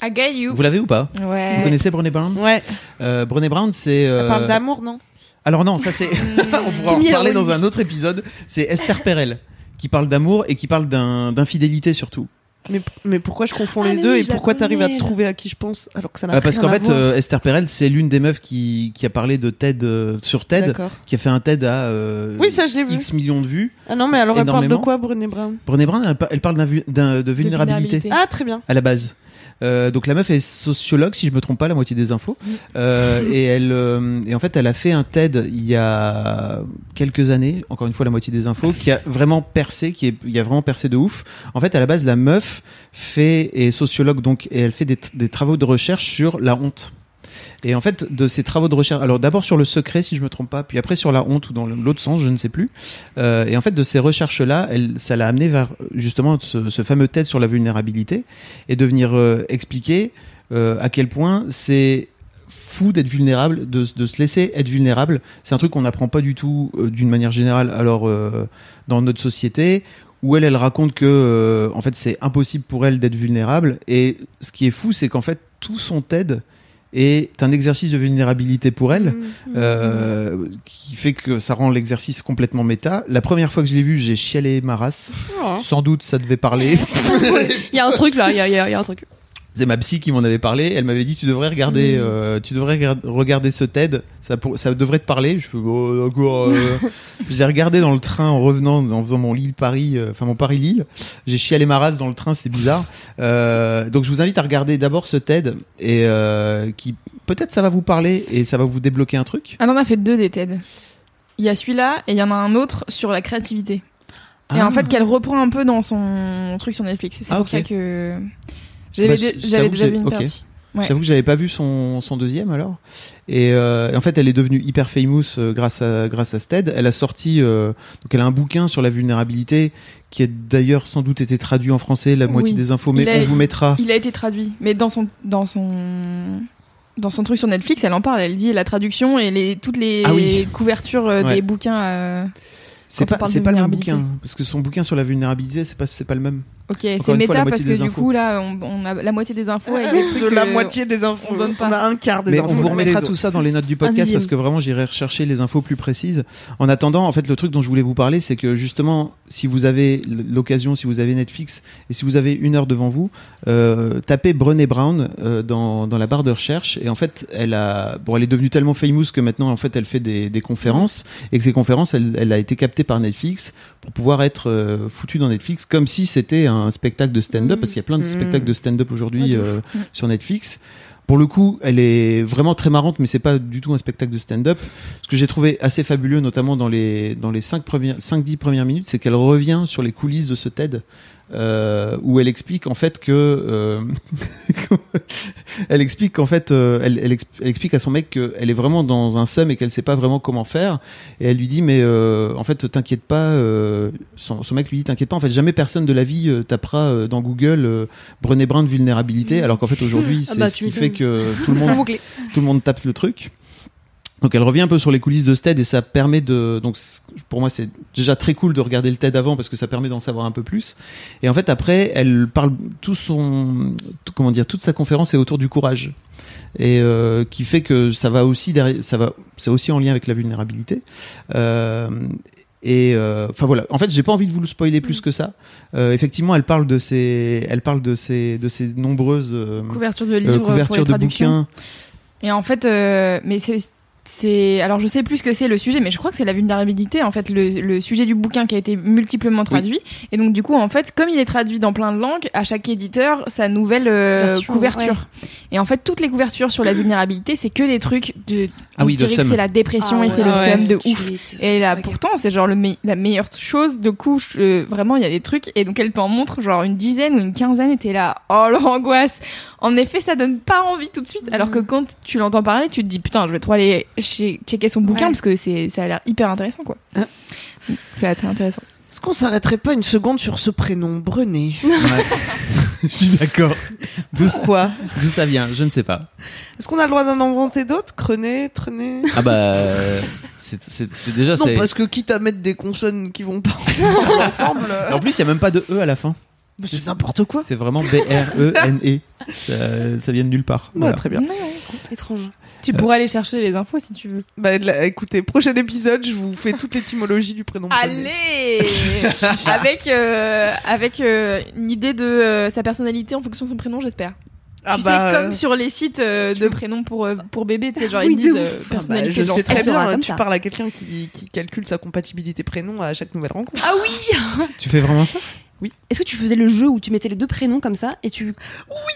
I got you.
Vous l'avez ou pas Vous
Ouais.
connaissez Brené Brown
Ouais.
Euh, Brené Brown, c'est euh,
Elle parle d'amour, non
alors non, ça c'est
Ah,
on pourra en
Camille
parler
Laroui.
dans un autre épisode. C'est Esther Perel qui parle d'amour et qui parle d'un- d'infidélité surtout.
mais, mais pourquoi je confonds
Ah,
les
mais
deux
oui,
et
je la
pourquoi t'arrives à
connais,
te
là.
trouver à qui je pense alors que ça n'a
Euh, parce
rien
qu'en
à
fait,
voir.
euh, Esther Perel, c'est l'une des meufs qui, qui a parlé de TED euh, sur TED,
D'accord.
qui a fait un TED à euh,
Oui, ça je l'ai vu.
X millions de vues.
Ah non, mais alors elle parle de
Énormément.
quoi, Brené Brown
Brené Brown, elle, pa- elle parle d'un vu- d'un- de vulnérabilité.
vulnérabilité.
Ah, très bien.
à la base. Euh, donc la meuf est sociologue, si je me trompe pas, la moitié des infos. Euh, et elle, euh, et en fait, elle a fait un TED il y a quelques années, encore une fois la moitié des infos, qui a vraiment percé, qui est, il a vraiment percé de ouf. En fait, à la base, la meuf fait est sociologue, donc et elle fait des, des travaux de recherche sur la honte. Et en fait, de ces travaux de recherche, alors d'abord sur le secret, si je me trompe pas, puis après sur la honte ou dans l'autre sens, je ne sais plus. Euh, et en fait, de ces recherches-là, elle- ça l'a amené vers justement ce, ce fameux TED sur la vulnérabilité et de venir euh, expliquer euh, à quel point c'est fou d'être vulnérable, de, de se laisser être vulnérable. C'est un truc qu'on n'apprend pas du tout euh, d'une manière générale alors euh, dans notre société où elle, elle raconte que euh, en fait c'est impossible pour elle d'être vulnérable et ce qui est fou c'est qu'en fait tout son TED est un exercice de vulnérabilité pour elle euh, qui fait que ça rend l'exercice complètement méta. La première fois que je l'ai vu, j'ai chialé ma race. Sans doute, ça devait parler.
Il y a un truc là, il y a, il y a- il y a un truc.
C'est ma psy qui m'en avait parlé. Elle m'avait dit tu devrais regarder, euh, tu devrais regar- regarder ce TED. Ça, pour- ça devrait te parler. Je fais oh, d'accord. euh. je l'ai regardé dans le train en revenant, en faisant mon Lille Paris, euh, enfin mon Paris Lille. J'ai chialé ma race dans le train, c'est bizarre. Euh, donc je vous invite à regarder d'abord ce TED et euh, qui peut-être ça va vous parler et ça va vous débloquer un truc.
Ah non, on a fait deux des TED. Il y a celui-là et il y en a un autre sur la créativité. Et en
Ah.
fait, qu'elle reprend un peu dans son truc sur Netflix. Et C'est
Ah,
pour
ok.
ça que j'avais
Bah,
dé-
je- je
j'avais
t'avoue
déjà
que
vu
j'ai-
une
ok.
partie. Ouais.
J'avoue que j'avais pas vu son, son deuxième alors. Et, euh, et en fait, elle est devenue hyper famous euh, grâce à grâce à Stead. Elle a sorti euh, donc elle a un bouquin sur la vulnérabilité qui a d'ailleurs sans doute été traduit en français la moitié
Oui.
des infos, mais
Il a-
on vous mettra.
Il a été traduit, mais dans son dans son dans son truc sur Netflix, elle en parle. Elle dit la traduction et les toutes les
Ah oui.
couvertures euh,
Ouais.
des bouquins. euh,
C'est
quand on
pas
parle
c'est
de
pas le même
vulnérabilité.
bouquin parce que son bouquin sur la vulnérabilité c'est pas c'est pas le même.
Ok,
une
c'est
fois, la
méta
moitié
parce que
des
du
infos.
coup là, on, on a la moitié des infos avec des trucs
Ah, de la
euh,
moitié des infos.
on donne pas.
On a un quart des
Mais on
infos.
vous remettra
des
tout
autres.
ça dans les notes du podcast
dixième.
parce que vraiment j'irai rechercher les infos plus précises. En attendant, en fait, le truc dont je voulais vous parler, c'est que justement, si vous avez l'occasion, si vous avez Netflix et si vous avez une heure devant vous, euh, tapez Brené Brown euh, dans, dans la barre de recherche et en fait, elle a, bon, elle est devenue tellement famous que maintenant, en fait, elle fait des, des conférences et que ces conférences, elle, elle a été captée par Netflix pour pouvoir être euh, foutue dans Netflix comme si c'était un spectacle de stand-up parce qu'il y a plein de
Mmh.
spectacles de stand-up aujourd'hui
Ouais, de ouf.
euh,
Mmh.
sur Netflix. Pour le coup, elle est vraiment très marrante, mais c'est pas du tout un spectacle de stand-up. Ce que j'ai trouvé assez fabuleux, notamment dans les dans les cinq premières, cinq dix premières minutes, c'est qu'elle revient sur les coulisses de ce TED, euh, où elle explique en fait que euh, elle explique qu'en fait euh, elle, elle, exp- elle explique à son mec qu'elle est vraiment dans un seum et qu'elle sait pas vraiment comment faire. Et elle lui dit mais euh, en fait t'inquiète pas, euh, son, son mec lui dit t'inquiète pas, en fait jamais personne de la vie euh, tapera euh, dans Google euh, Brené Brown vulnérabilité, alors qu'en fait aujourd'hui
Ah
c'est
bah,
ce
tu
qui fait
m'étonnes.
que tout le
C'est
monde
son mot-clé.
tout le monde tape le truc. Donc elle revient un peu sur les coulisses de ce TED et ça permet de donc c- pour moi c'est déjà très cool de regarder le TED avant parce que ça permet d'en savoir un peu plus. Et en fait après elle parle tout son tout- comment dire toute sa conférence est autour du courage et euh, qui fait que ça va aussi derrière- ça va c'est aussi en lien avec la vulnérabilité. Euh, et euh, enfin voilà. En fait, j'ai pas envie de vous le spoiler plus que ça. Euh, effectivement, elle parle de ses, elle parle de ses, de ses nombreuses euh,
couverture de
euh,
livres pour les
couvertures de
traductions.
bouquins.
Et en fait, euh, mais c'est c'est alors je sais plus ce que c'est le sujet, mais je crois que c'est la vulnérabilité en fait le, le sujet du bouquin qui a été multiplement traduit. Et donc du coup en fait comme il est traduit dans plein de langues, à chaque éditeur sa nouvelle euh,
Version,
couverture. Et en fait toutes les couvertures sur la vulnérabilité c'est que des trucs de
Ah
on
oui, de
dirait que
seum.
c'est la dépression
Ah
et
ouais.
c'est le
Ah ouais.
seum de
Tu
ouf.
m'étonnes.
Et là,
Ok.
pourtant, c'est genre le me- la meilleure chose. De coup, je- euh, vraiment, il y a des trucs. Et donc, elle t'en montre genre une dizaine ou une quinzaine. Et t'es là, oh l'angoisse. En effet, ça donne pas envie tout de suite. Alors que quand tu l'entends parler, tu te dis, putain, je vais trop aller che- checker son bouquin
Ouais.
parce que c'est, ça a l'air hyper intéressant, quoi.
Ah.
Donc, C'est très intéressant.
Est-ce qu'on s'arrêterait pas une seconde sur ce prénom Brené
Je suis d'accord. D'où ça,
Quoi
d'où ça vient Je ne sais pas.
Est-ce qu'on a le droit d'en inventer d'autres Crené, Trené
Ah bah, c'est c'est- c'est déjà.
Non,
c'est-
parce que quitte à mettre des consonnes qui vont pas ensemble, ensemble,
Et En plus, il n'y a même pas de E à la fin.
mais c'est n'importe quoi.
C'est vraiment B-R-E-N-E. E. ça, ça vient de nulle part.
Bah,
Voilà.
très bien.
Étrange.
Tu pourrais aller chercher les infos si tu veux.
Bah, là, écoutez, prochain épisode, je vous fais toute l'étymologie du prénom. Brené.
Allez Avec, euh, avec euh, une idée de euh, sa personnalité en fonction de son prénom, j'espère.
Ah
tu
bah,
sais,
euh,
comme sur les sites euh, de prénoms pour, euh, pour bébé, tu sais, genre
Oui,
ils
de
disent
ouf.
euh,
ah bah,
personnalité
je
genre.
sais très
elle saura
bien, hein,
comme
tu
ça.
parles à quelqu'un qui, qui calcule sa compatibilité prénom à chaque nouvelle rencontre.
Ah oui
Tu fais vraiment ça
Est-ce que tu faisais le jeu où tu mettais les deux prénoms comme ça et tu.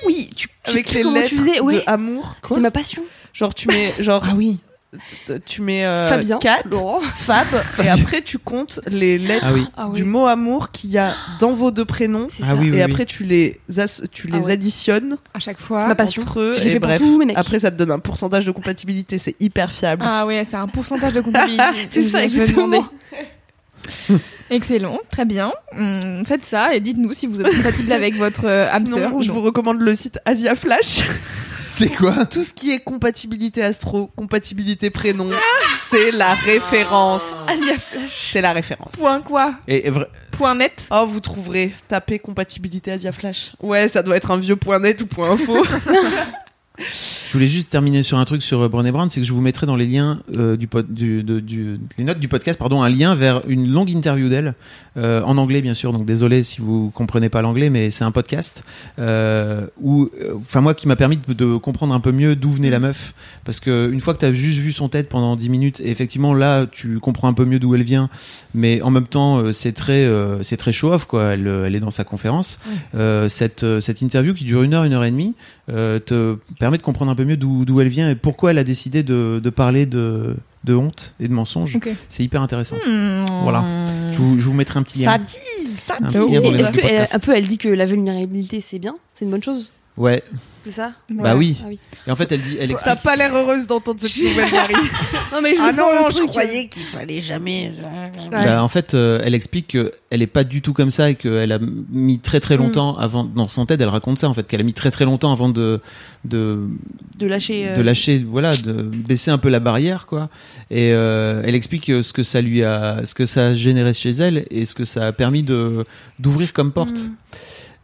Oui tu, tu-
Avec
tu-
les
comment
lettres
tu faisais Ouais.
de amour.
C'était ma passion.
Genre, tu mets. Genre, ah oui. Tu mets euh,
Fabien.
Kat,
Laurent.
Fab, et après tu comptes les lettres
Ah oui.
Ah
du mot amour qu'il y a dans vos deux prénoms.
C'est
Ah
ça.
oui,
Et après tu les, as- tu les
Ah ouais.
additionnes
À chaque fois.
Ma passion.
entre eux.
Je l'ai
Et
fait pour
bref,
tous mes mecs.
après ça te donne un pourcentage de compatibilité, c'est hyper fiable.
Ah ouais, c'est un pourcentage de compatibilité.
C'est ça,
Je me demandais.
exactement.
Excellent, très bien. Hum, faites ça et dites-nous si vous êtes compatible avec votre euh, âme
Sinon,
sœur ou
je
non.
vous recommande le site Asia Flash.
C'est quoi
Tout ce qui est compatibilité astro, compatibilité prénom, c'est la référence.
Asia Flash.
C'est la référence.
Point quoi
et, et vra-
Point net
Oh, vous trouverez. Tapez compatibilité Asia Flash. Ouais, ça doit être un vieux point net ou point info.
Je voulais juste terminer sur un truc sur euh, Brené Brown, c'est que je vous mettrai dans les liens euh, du, pod- du, de- du- les notes du podcast, pardon, un lien vers une longue interview d'elle euh, en anglais bien sûr. Donc désolé si vous comprenez pas l'anglais, mais c'est un podcast euh, où, euh, enfin moi qui m'a permis de, de comprendre un peu mieux d'où venait la meuf, parce que une fois que tu as juste vu son tête pendant 10 minutes, et effectivement là tu comprends un peu mieux d'où elle vient, mais en même temps euh, c'est très, euh, c'est très show off quoi. Elle, euh, elle est dans sa conférence. Euh, cette, euh, cette interview qui dure une heure, une heure et demie euh, te permet de comprendre un peu mieux d'où d'où elle vient et pourquoi elle a décidé de, de parler de, de honte et de mensonge.
Ok. Hum.
C'est hyper intéressant. Voilà. Hum. Je vous, je vous mettrai un petit lien.
Hmm. Ça dit, ça
Un
dit.
petit lien dans les
Est-ce
notes du
que elle-
podcast.
un peu elle dit que la vulnérabilité c'est bien, c'est une bonne chose,
Ouais.
c'est ça
Bah oui.
Ah oui.
Et en fait, elle dit, elle
T'as
explique.
pas l'air heureuse d'entendre cette nouvelle, Marie.
Non mais je
Ah
me sens
non,
le
non, je
truc, euh,
croyais qu'il fallait jamais.
ouais.
Bah, en fait, euh, elle explique qu'elle est pas du tout comme ça et qu'elle a mis très
Hmm.
très longtemps avant. Dans son TED, elle raconte ça en fait, qu'elle a mis très très longtemps avant de de,
de lâcher. euh,
de lâcher, voilà, de baisser un peu la barrière quoi. Et euh, elle explique euh, ce que ça lui a, ce que ça a généré chez elle et ce que ça a permis de d'ouvrir comme porte.
Mm.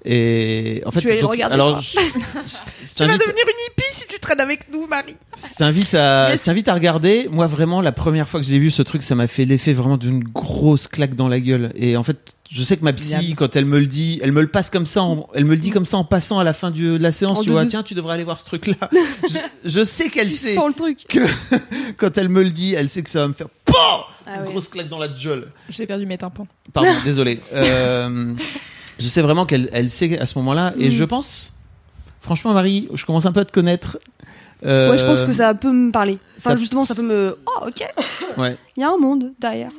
Et en fait,
Tu vas aller le regarder,
alors,
je
je, je
Tu vas
t'invite-
devenir une hippie si tu traînes avec nous, Marie.
je t'invite à,
Yes.
je t'invite à regarder. Moi, vraiment, la première fois que je l'ai vu, ce truc, ça m'a fait l'effet vraiment d'une grosse claque dans la gueule. Et en fait, je sais que ma psy,
Bien.
quand elle me le dit, elle me le passe comme ça, en- elle me le dit comme ça en passant à la fin du- de la séance.
En
tu vois,
doudou.
tiens, tu devrais aller voir ce truc-là. je, je sais qu'elle
tu
sait.
sens le truc.
Quand elle me le dit, elle sait que ça va me faire POM
Ah
une
ouais.
grosse claque dans la gueule.
J'ai perdu mes tympans.
Pardon, désolé. Euh, je sais vraiment qu'elle elle sait à ce moment-là. Et
Mm.
je pense, franchement, Marie, je commence un peu à te connaître. Euh,
Ouais, je pense que ça peut me parler. Enfin,
ça-
justement, ça peut me. Oh, ok.
Ouais.
Il y a un monde derrière.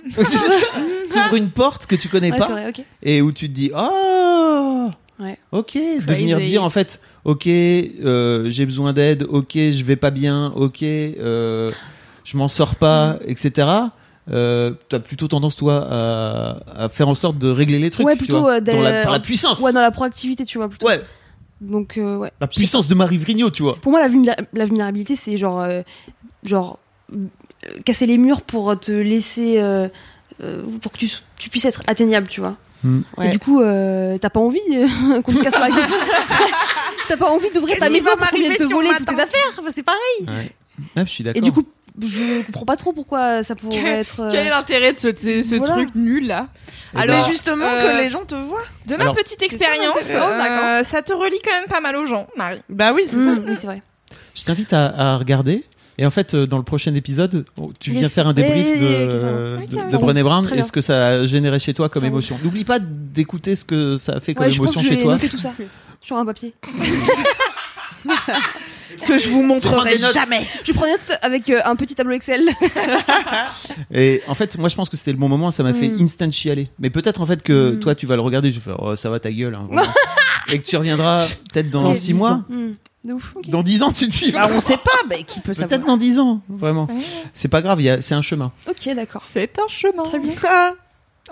T'ouvres une porte que Euh, tu connais
Ouais,
pas.
c'est vrai, ok.
et où tu te dis oh
Ouais.
ok de venir
Crazy.
dire en fait ok euh, j'ai besoin d'aide ok je vais pas bien ok euh, je m'en sors
Mm.
pas etc euh, t'as plutôt tendance toi à, à faire en sorte de régler les trucs
Ouais,
tu
plutôt,
vois,
euh,
dans la-
d'aller-
par la puissance
Ouais, dans la proactivité, tu vois, plutôt.
Oh. Ouais,
Donc, euh, ouais.
la puissance de Marie Vrigno tu vois
Pour moi, la, vulnéra- la vulnérabilité, c'est genre. euh, genre. euh, casser les murs pour te laisser. euh, euh, pour que tu, tu puisses être atteignable, tu vois.
Hmm.
Et du coup, euh, t'as pas envie euh, qu'on te casse la gueule. t'as pas envie d'ouvrir ta
Qu'est-ce qui
maison
va
pour qu'on vienne
m'arriver
te
si on
voler toutes
m'attend
tes affaires. Enfin, c'est pareil.
ouais. Ah, je suis d'accord
Et du coup, je comprends pas trop pourquoi ça pourrait
Quel-
être. euh,
Quel est l'intérêt de ce, ce
voilà.
truc nul là
Eh
Alors,
ben,
Ah, Mais justement,
euh,
que les gens te voient.
De ma
Alors,
petite
ça
expérience,
l'intérêt. Oh, d'accord.
euh, ça te relie quand même pas mal aux gens, Marie.
Bah oui, c'est ça.
hmm, oui, c'est vrai.
je t'invite à, à regarder et en fait, euh, dans le prochain épisode, oh, tu viens
Yes.
faire un débrief
Eh, eh,
de,
eh, ok, ça va.
euh, de,
Ok,
de
ça va.
Brené Brown
Très
et
bien.
ce que ça a généré chez toi comme
Ça va.
émotion. N'oublie pas d'écouter ce que ça a fait comme
Ouais, je pense
émotion
que je
chez
vais
toi.
noter tout ça sur un papier.
Que je vous montrerai
des notes.
jamais.
Je prends note avec euh, un petit tableau Excel.
Et en fait, moi, je pense que c'était le bon moment. Ça m'a fait
Mm.
instant chialer. Mais peut-être en fait que
Mm.
toi, tu vas le regarder, tu vas faire oh, ça va ta gueule. hein, vraiment. et que tu reviendras peut-être dans
Ok.
6 mois,
Hmm, De ouf. ok.
dans 10 ans, tu te dis. ah,
Bah, on sait pas, mais qui peut savoir.
Peut-être dans 10 ans, vraiment. C'est pas grave, il y a- c'est un chemin.
Ok, d'accord.
C'est un chemin.
Très bien.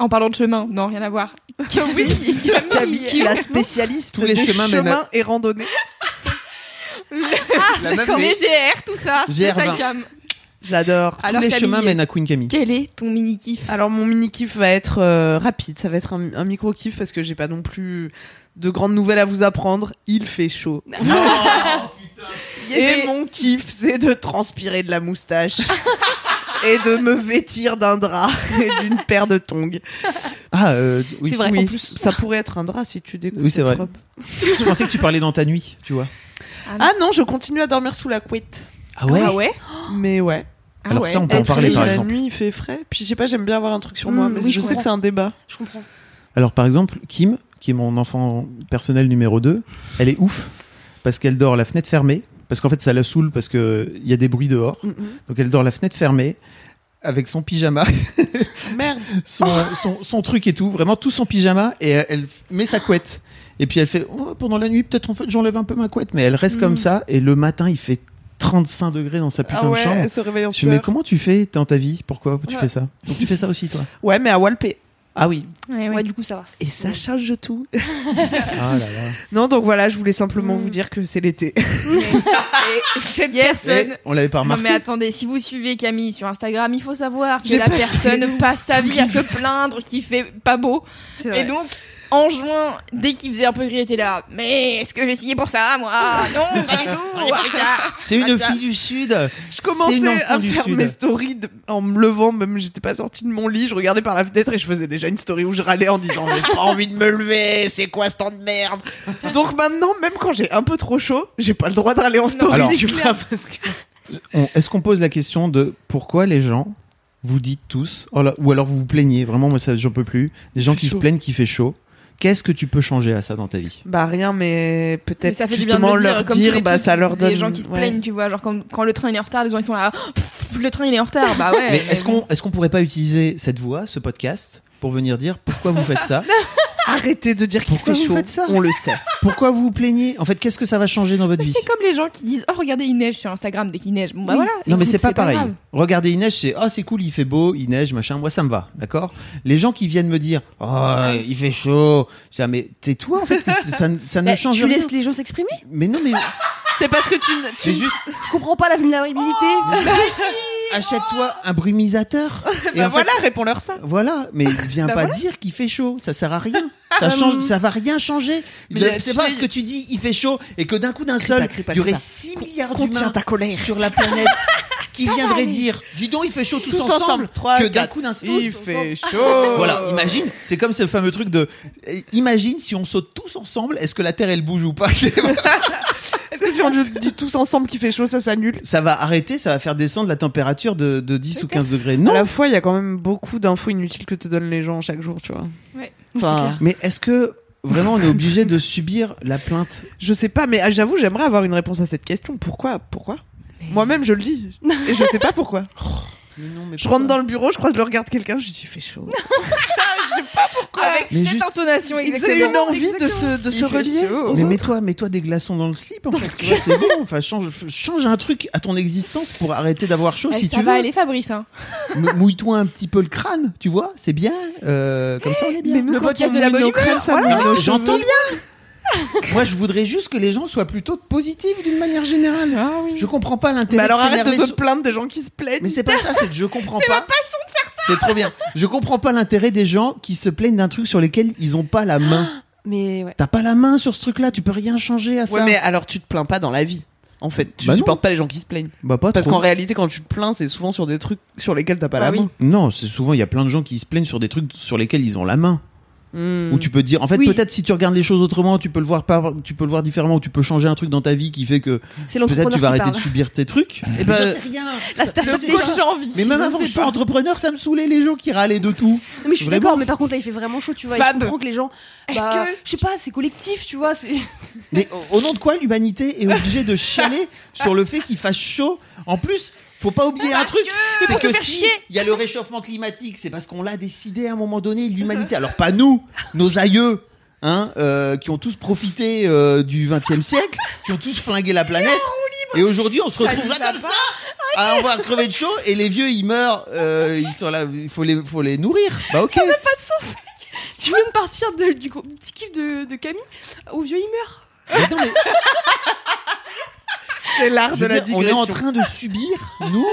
En parlant de chemin, non, rien à voir. Camille, Camille.
Camille, la spécialiste
Tous les
des
chemins mènent à-
et randonnées.
Ah,
La meuf
les
est-
GR, tout ça, c'est
GR20.
ça Cam.
J'adore.
Tous
Alors
les
Camille,
chemins mènent à Queen Camille.
quel est ton mini kiff
Alors mon mini kiff va être euh, rapide, ça va être un, un micro kiff parce que j'ai pas non plus de grandes nouvelles à vous apprendre. Il fait chaud. Et mon kiff, c'est de transpirer de la moustache et de me vêtir d'un drap et d'une paire de tongs.
Ah, euh, oui.
C'est vrai.
Oui,
En plus.
ça pourrait être un drap si tu découpes
Oui, c'est
cette
vrai.
robe.
Je pensais que tu parlais dans ta nuit, tu vois.
Ah non, je continue à dormir sous la couette.
Ah ouais.
Ah ouais
Mais ouais.
Ah
Alors
ouais.
ça, on peut
Eh,
en parler
puis,
par
la
exemple.
nuit, il fait frais. Puis je sais pas, j'aime bien avoir un truc sur
Mm,
moi, mais
oui,
je,
je
sais que
comprends.
c'est un débat.
Je comprends.
Alors par exemple, Kim, qui est mon enfant personnel numéro 2, elle est ouf parce qu'elle dort la fenêtre fermée parce qu'en fait ça la saoule parce que il y a des bruits dehors.
Mm,
Donc elle dort la fenêtre fermée avec son pyjama,
Merde.
son, son, son truc et tout, vraiment tout son pyjama et elle- elle met sa couette. Et puis elle fait Oh, pendant la nuit peut-être en fait j'enlève un peu ma couette mais elle reste comme ça et le matin il fait 35 degrés dans sa putain
ah ouais,
de chambre.
elle se réveille en
Tu mais
sueur.
comment tu fais dans ta vie Pourquoi tu
Ouais.
fais ça Donc tu fais ça aussi toi
Ouais, mais à Walpé.
Ah oui.
Eh Ouais, ouais.
Ouais, du coup, ça va.
Et ça charge tout.
Ah là là.
Non, donc voilà, je voulais simplement
Mm.
vous dire que c'est l'été.
Et cette personne.
Eh, on l'avait pas
Non
remarqué.
mais attendez, si vous suivez Camille sur Instagram, il faut savoir que
J'ai
la
passé-
personne passe sa vie à se plaindre qu'il fait pas beau. Et donc, en juin, dès qu'il faisait un peu gris, elle était là. Mais est-ce que j'ai signé pour ça, moi Non, pas du tout.
C'est une fille du sud.
Je
C'est une
commençais
enfant
à
du
faire
Sud.
mes stories de- en me levant, même j'étais pas sortie de mon lit, je regardais par la fenêtre et je faisais déjà une story où je râlais en disant j'ai pas envie de me lever, c'est quoi ce temps de merde. Donc maintenant, même quand j'ai un peu trop chaud, j'ai pas le droit de râler en story.
Alors-
tu vois, parce que-
On- Est-ce qu'on pose la question de pourquoi les gens vous dites tous, oh là- ou alors vous vous plaignez, vraiment, moi ça j'en peux plus, des gens
fait
qui se
chaud.
plaignent qu'il fait chaud. Qu'est-ce que tu peux changer à ça dans ta vie
Bah rien, mais
Mais
peut-être
ça fait du bien de
justement
le dire,
leur
comme tous
dire,
les
bah
trucs,
ça leur donne.
Les gens qui se
ouais.
plaignent, tu vois, genre quand, quand le train il est en retard, les gens ils sont là. Pff, Le train il est en retard, bah ouais.
Mais est-ce
bon.
qu'on est-ce qu'on pourrait pas utiliser cette voix, ce podcast, pour venir dire pourquoi vous faites ça,
Arrêtez de dire qu'il
Pourquoi
fait
vous
chaud.
faites ça
on le sait.
pourquoi vous vous plaignez. En fait, qu'est-ce que ça va changer dans votre vie
C'est comme les gens qui disent Oh, regardez, il neige sur Instagram dès qu'il neige. Bon, bah voilà.
Non, mais
écoute,
c'est pas pareil.
grave.
Regardez, il neige, c'est oh, c'est cool, il fait beau, il neige, machin. Moi, ça me va, d'accord Les gens qui viennent me dire oh, il fait chaud, je dis, ah, mais tais-toi, en fait, ça, ne- ça ne
Bah,
change
tu
rien.
laisses les gens s'exprimer
Mais non, mais
C'est Oh. parce que tu, ne- tu
c'est
ne-
juste,
je comprends pas la vulnérabilité.
achète-toi un brumisateur. Et
Bah
en fait,
voilà, réponds-leur ça.
Voilà, mais viens
Bah
pas
voilà. Ah bah
dire qu'il fait chaud, ça sert à rien. Ça change, ça va rien changer.
Mais
Le-
tu
C'est
sais,
pas parce que tu dis il fait chaud et que d'un coup d'un
Crie
seul,
pas, crie pas,
il y aurait
crie pas.
6 milliards
Contiens
d'humains
ta colère.
sur la planète qui viendraient dire dis donc il fait chaud tous,
Tous
ensemble,
ensemble. Trois,
que d'un
quatre.
coup d'un seul
Il fait chaud.
Voilà, imagine, c'est comme ce fameux truc de eh, imagine si on saute tous ensemble, est-ce que la terre elle bouge ou pas C'est vrai.
Est-ce que si on dit tous ensemble qu'il fait chaud, ça s'annule
Ça va arrêter, ça va faire descendre la température de, de 10 ou 15 degrés.
À
Non,
la fois, il y a quand même beaucoup d'infos inutiles que te donnent les gens chaque jour, tu vois. Enfin,
C'est clair.
mais est-ce que vraiment on est obligé de subir la plainte
Je sais pas, mais ah, j'avoue, j'aimerais avoir une réponse à cette question. Pourquoi Pourquoi Moi-même, je le dis. Et je sais pas pourquoi. Je rentre dans le bureau, je croise le regard de quelqu'un, je dis, il fait chaud.
Avec
Mais
cette
juste-
intonation,
C'est
exactement.
une envie de se, de se relier. aux
Mais
autres.
mets-toi, mets-toi des glaçons dans le slip, en fait. tu vois, c'est bon. Enfin, change, f- change un truc à ton existence pour arrêter d'avoir chaud,
Eh,
si
ça
tu
va
veux.
aller, Fabrice. Hein.
M- Mouille-toi un petit peu le crâne, tu vois. C'est bien. Euh, comme ça, on est bien.
Mais nous,
Le
quand
podcast
on
de la
mouille
bonne
nos crânes, ça
Non,
mouille
mais
nos
j'entends
cheveux.
bien. Moi, je voudrais juste que les gens soient plutôt positifs d'une manière
Ah,
générale. Je comprends pas
Mais
l'intérêt
Bah, alors
de
arrête
s'énerver
de te
sur-
plaindre des gens qui se plaignent.
Mais c'est pas ça, c'est que je comprends pas. passion de faire ça. C'est trop bien. Je comprends pas l'intérêt des gens qui se plaignent d'un truc sur lequel ils ont pas la main.
Mais ouais.
T'as pas la main sur ce truc-là, tu peux rien changer à ça.
Ouais, mais alors tu te plains pas dans la vie. En fait, tu
Bah non.
supportes pas les gens qui se plaignent.
Bah, pas
Parce
trop.
qu'en réalité, quand tu te plains, c'est souvent sur des trucs sur lesquels t'as pas
Bah
la
oui.
main.
Non, c'est souvent il y a plein de gens qui se plaignent sur des trucs sur lesquels ils ont la main.
Hmm.
Où tu peux te dire, en fait,
Oui.
peut-être si tu regardes les choses autrement, tu peux le voir par, tu peux le voir différemment, ou tu peux changer un truc dans ta vie qui fait que
C'est
peut-être
l'entrepreneur
tu vas
qui
arrêter
parle.
de subir tes trucs.
Eh
Mais
ben,
j'en sais rien.
La
Ça-
startup
je sais
des
pas.
gens.
J'ai envie.
Mais même avant que je sois entrepreneur, ça me saoulait les gens qui râlaient de tout.
Non, mais je suis
Vraiment.
d'accord, mais par contre là il fait vraiment chaud, tu vois. et
Fab.
Je comprends que les gens.
Est-ce
bah,
que-
Je sais pas, c'est collectif, tu vois. c'est-
Mais au- au nom de quoi l'humanité est obligée de chialer sur le fait qu'il fasse chaud En plus, faut pas oublier un truc, c'est que si il y a le réchauffement climatique, c'est parce qu'on l'a décidé à un moment donné l'humanité. Alors pas nous, nos aïeux. Hein, euh, qui ont tous profité euh, du 20e siècle, qui ont tous flingué la planète. Et aujourd'hui, on se retrouve là comme ça. Ah, on va crever de chaud et les vieux ils meurent. euh, ils sont là, il faut les, faut les nourrir. Bah ok.
pas de sens. Tu viens de partir de- du gros- petit kiff de, de Camille au vieux il meurt.
Mais non, mais
C'est l'art
Je
de
veux
la
dire, on est
digression.
en train de subir, nous,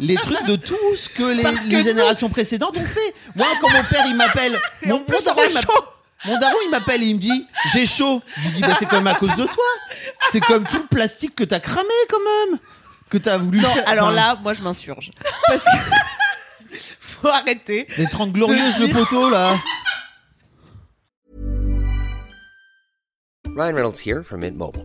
les trucs de tout ce que les,
Parce que
les
nous-
générations précédentes ont fait. Moi, quand mon père, il m'appelle. Mon, mon daron, il m'appelle- mon daron, il m'appelle et il me dit J'ai chaud. Je lui dis bah, C'est quand même à cause de toi. C'est comme tout le plastique que t'as cramé, quand même. Que t'as voulu
Non,
faire.
alors
enfin,
là, moi je m'insurge. Parce que. Faut arrêter.
Les 30 glorieuses, le
dire-
poteau, là.
Ryan Reynolds here from Mint Mobile.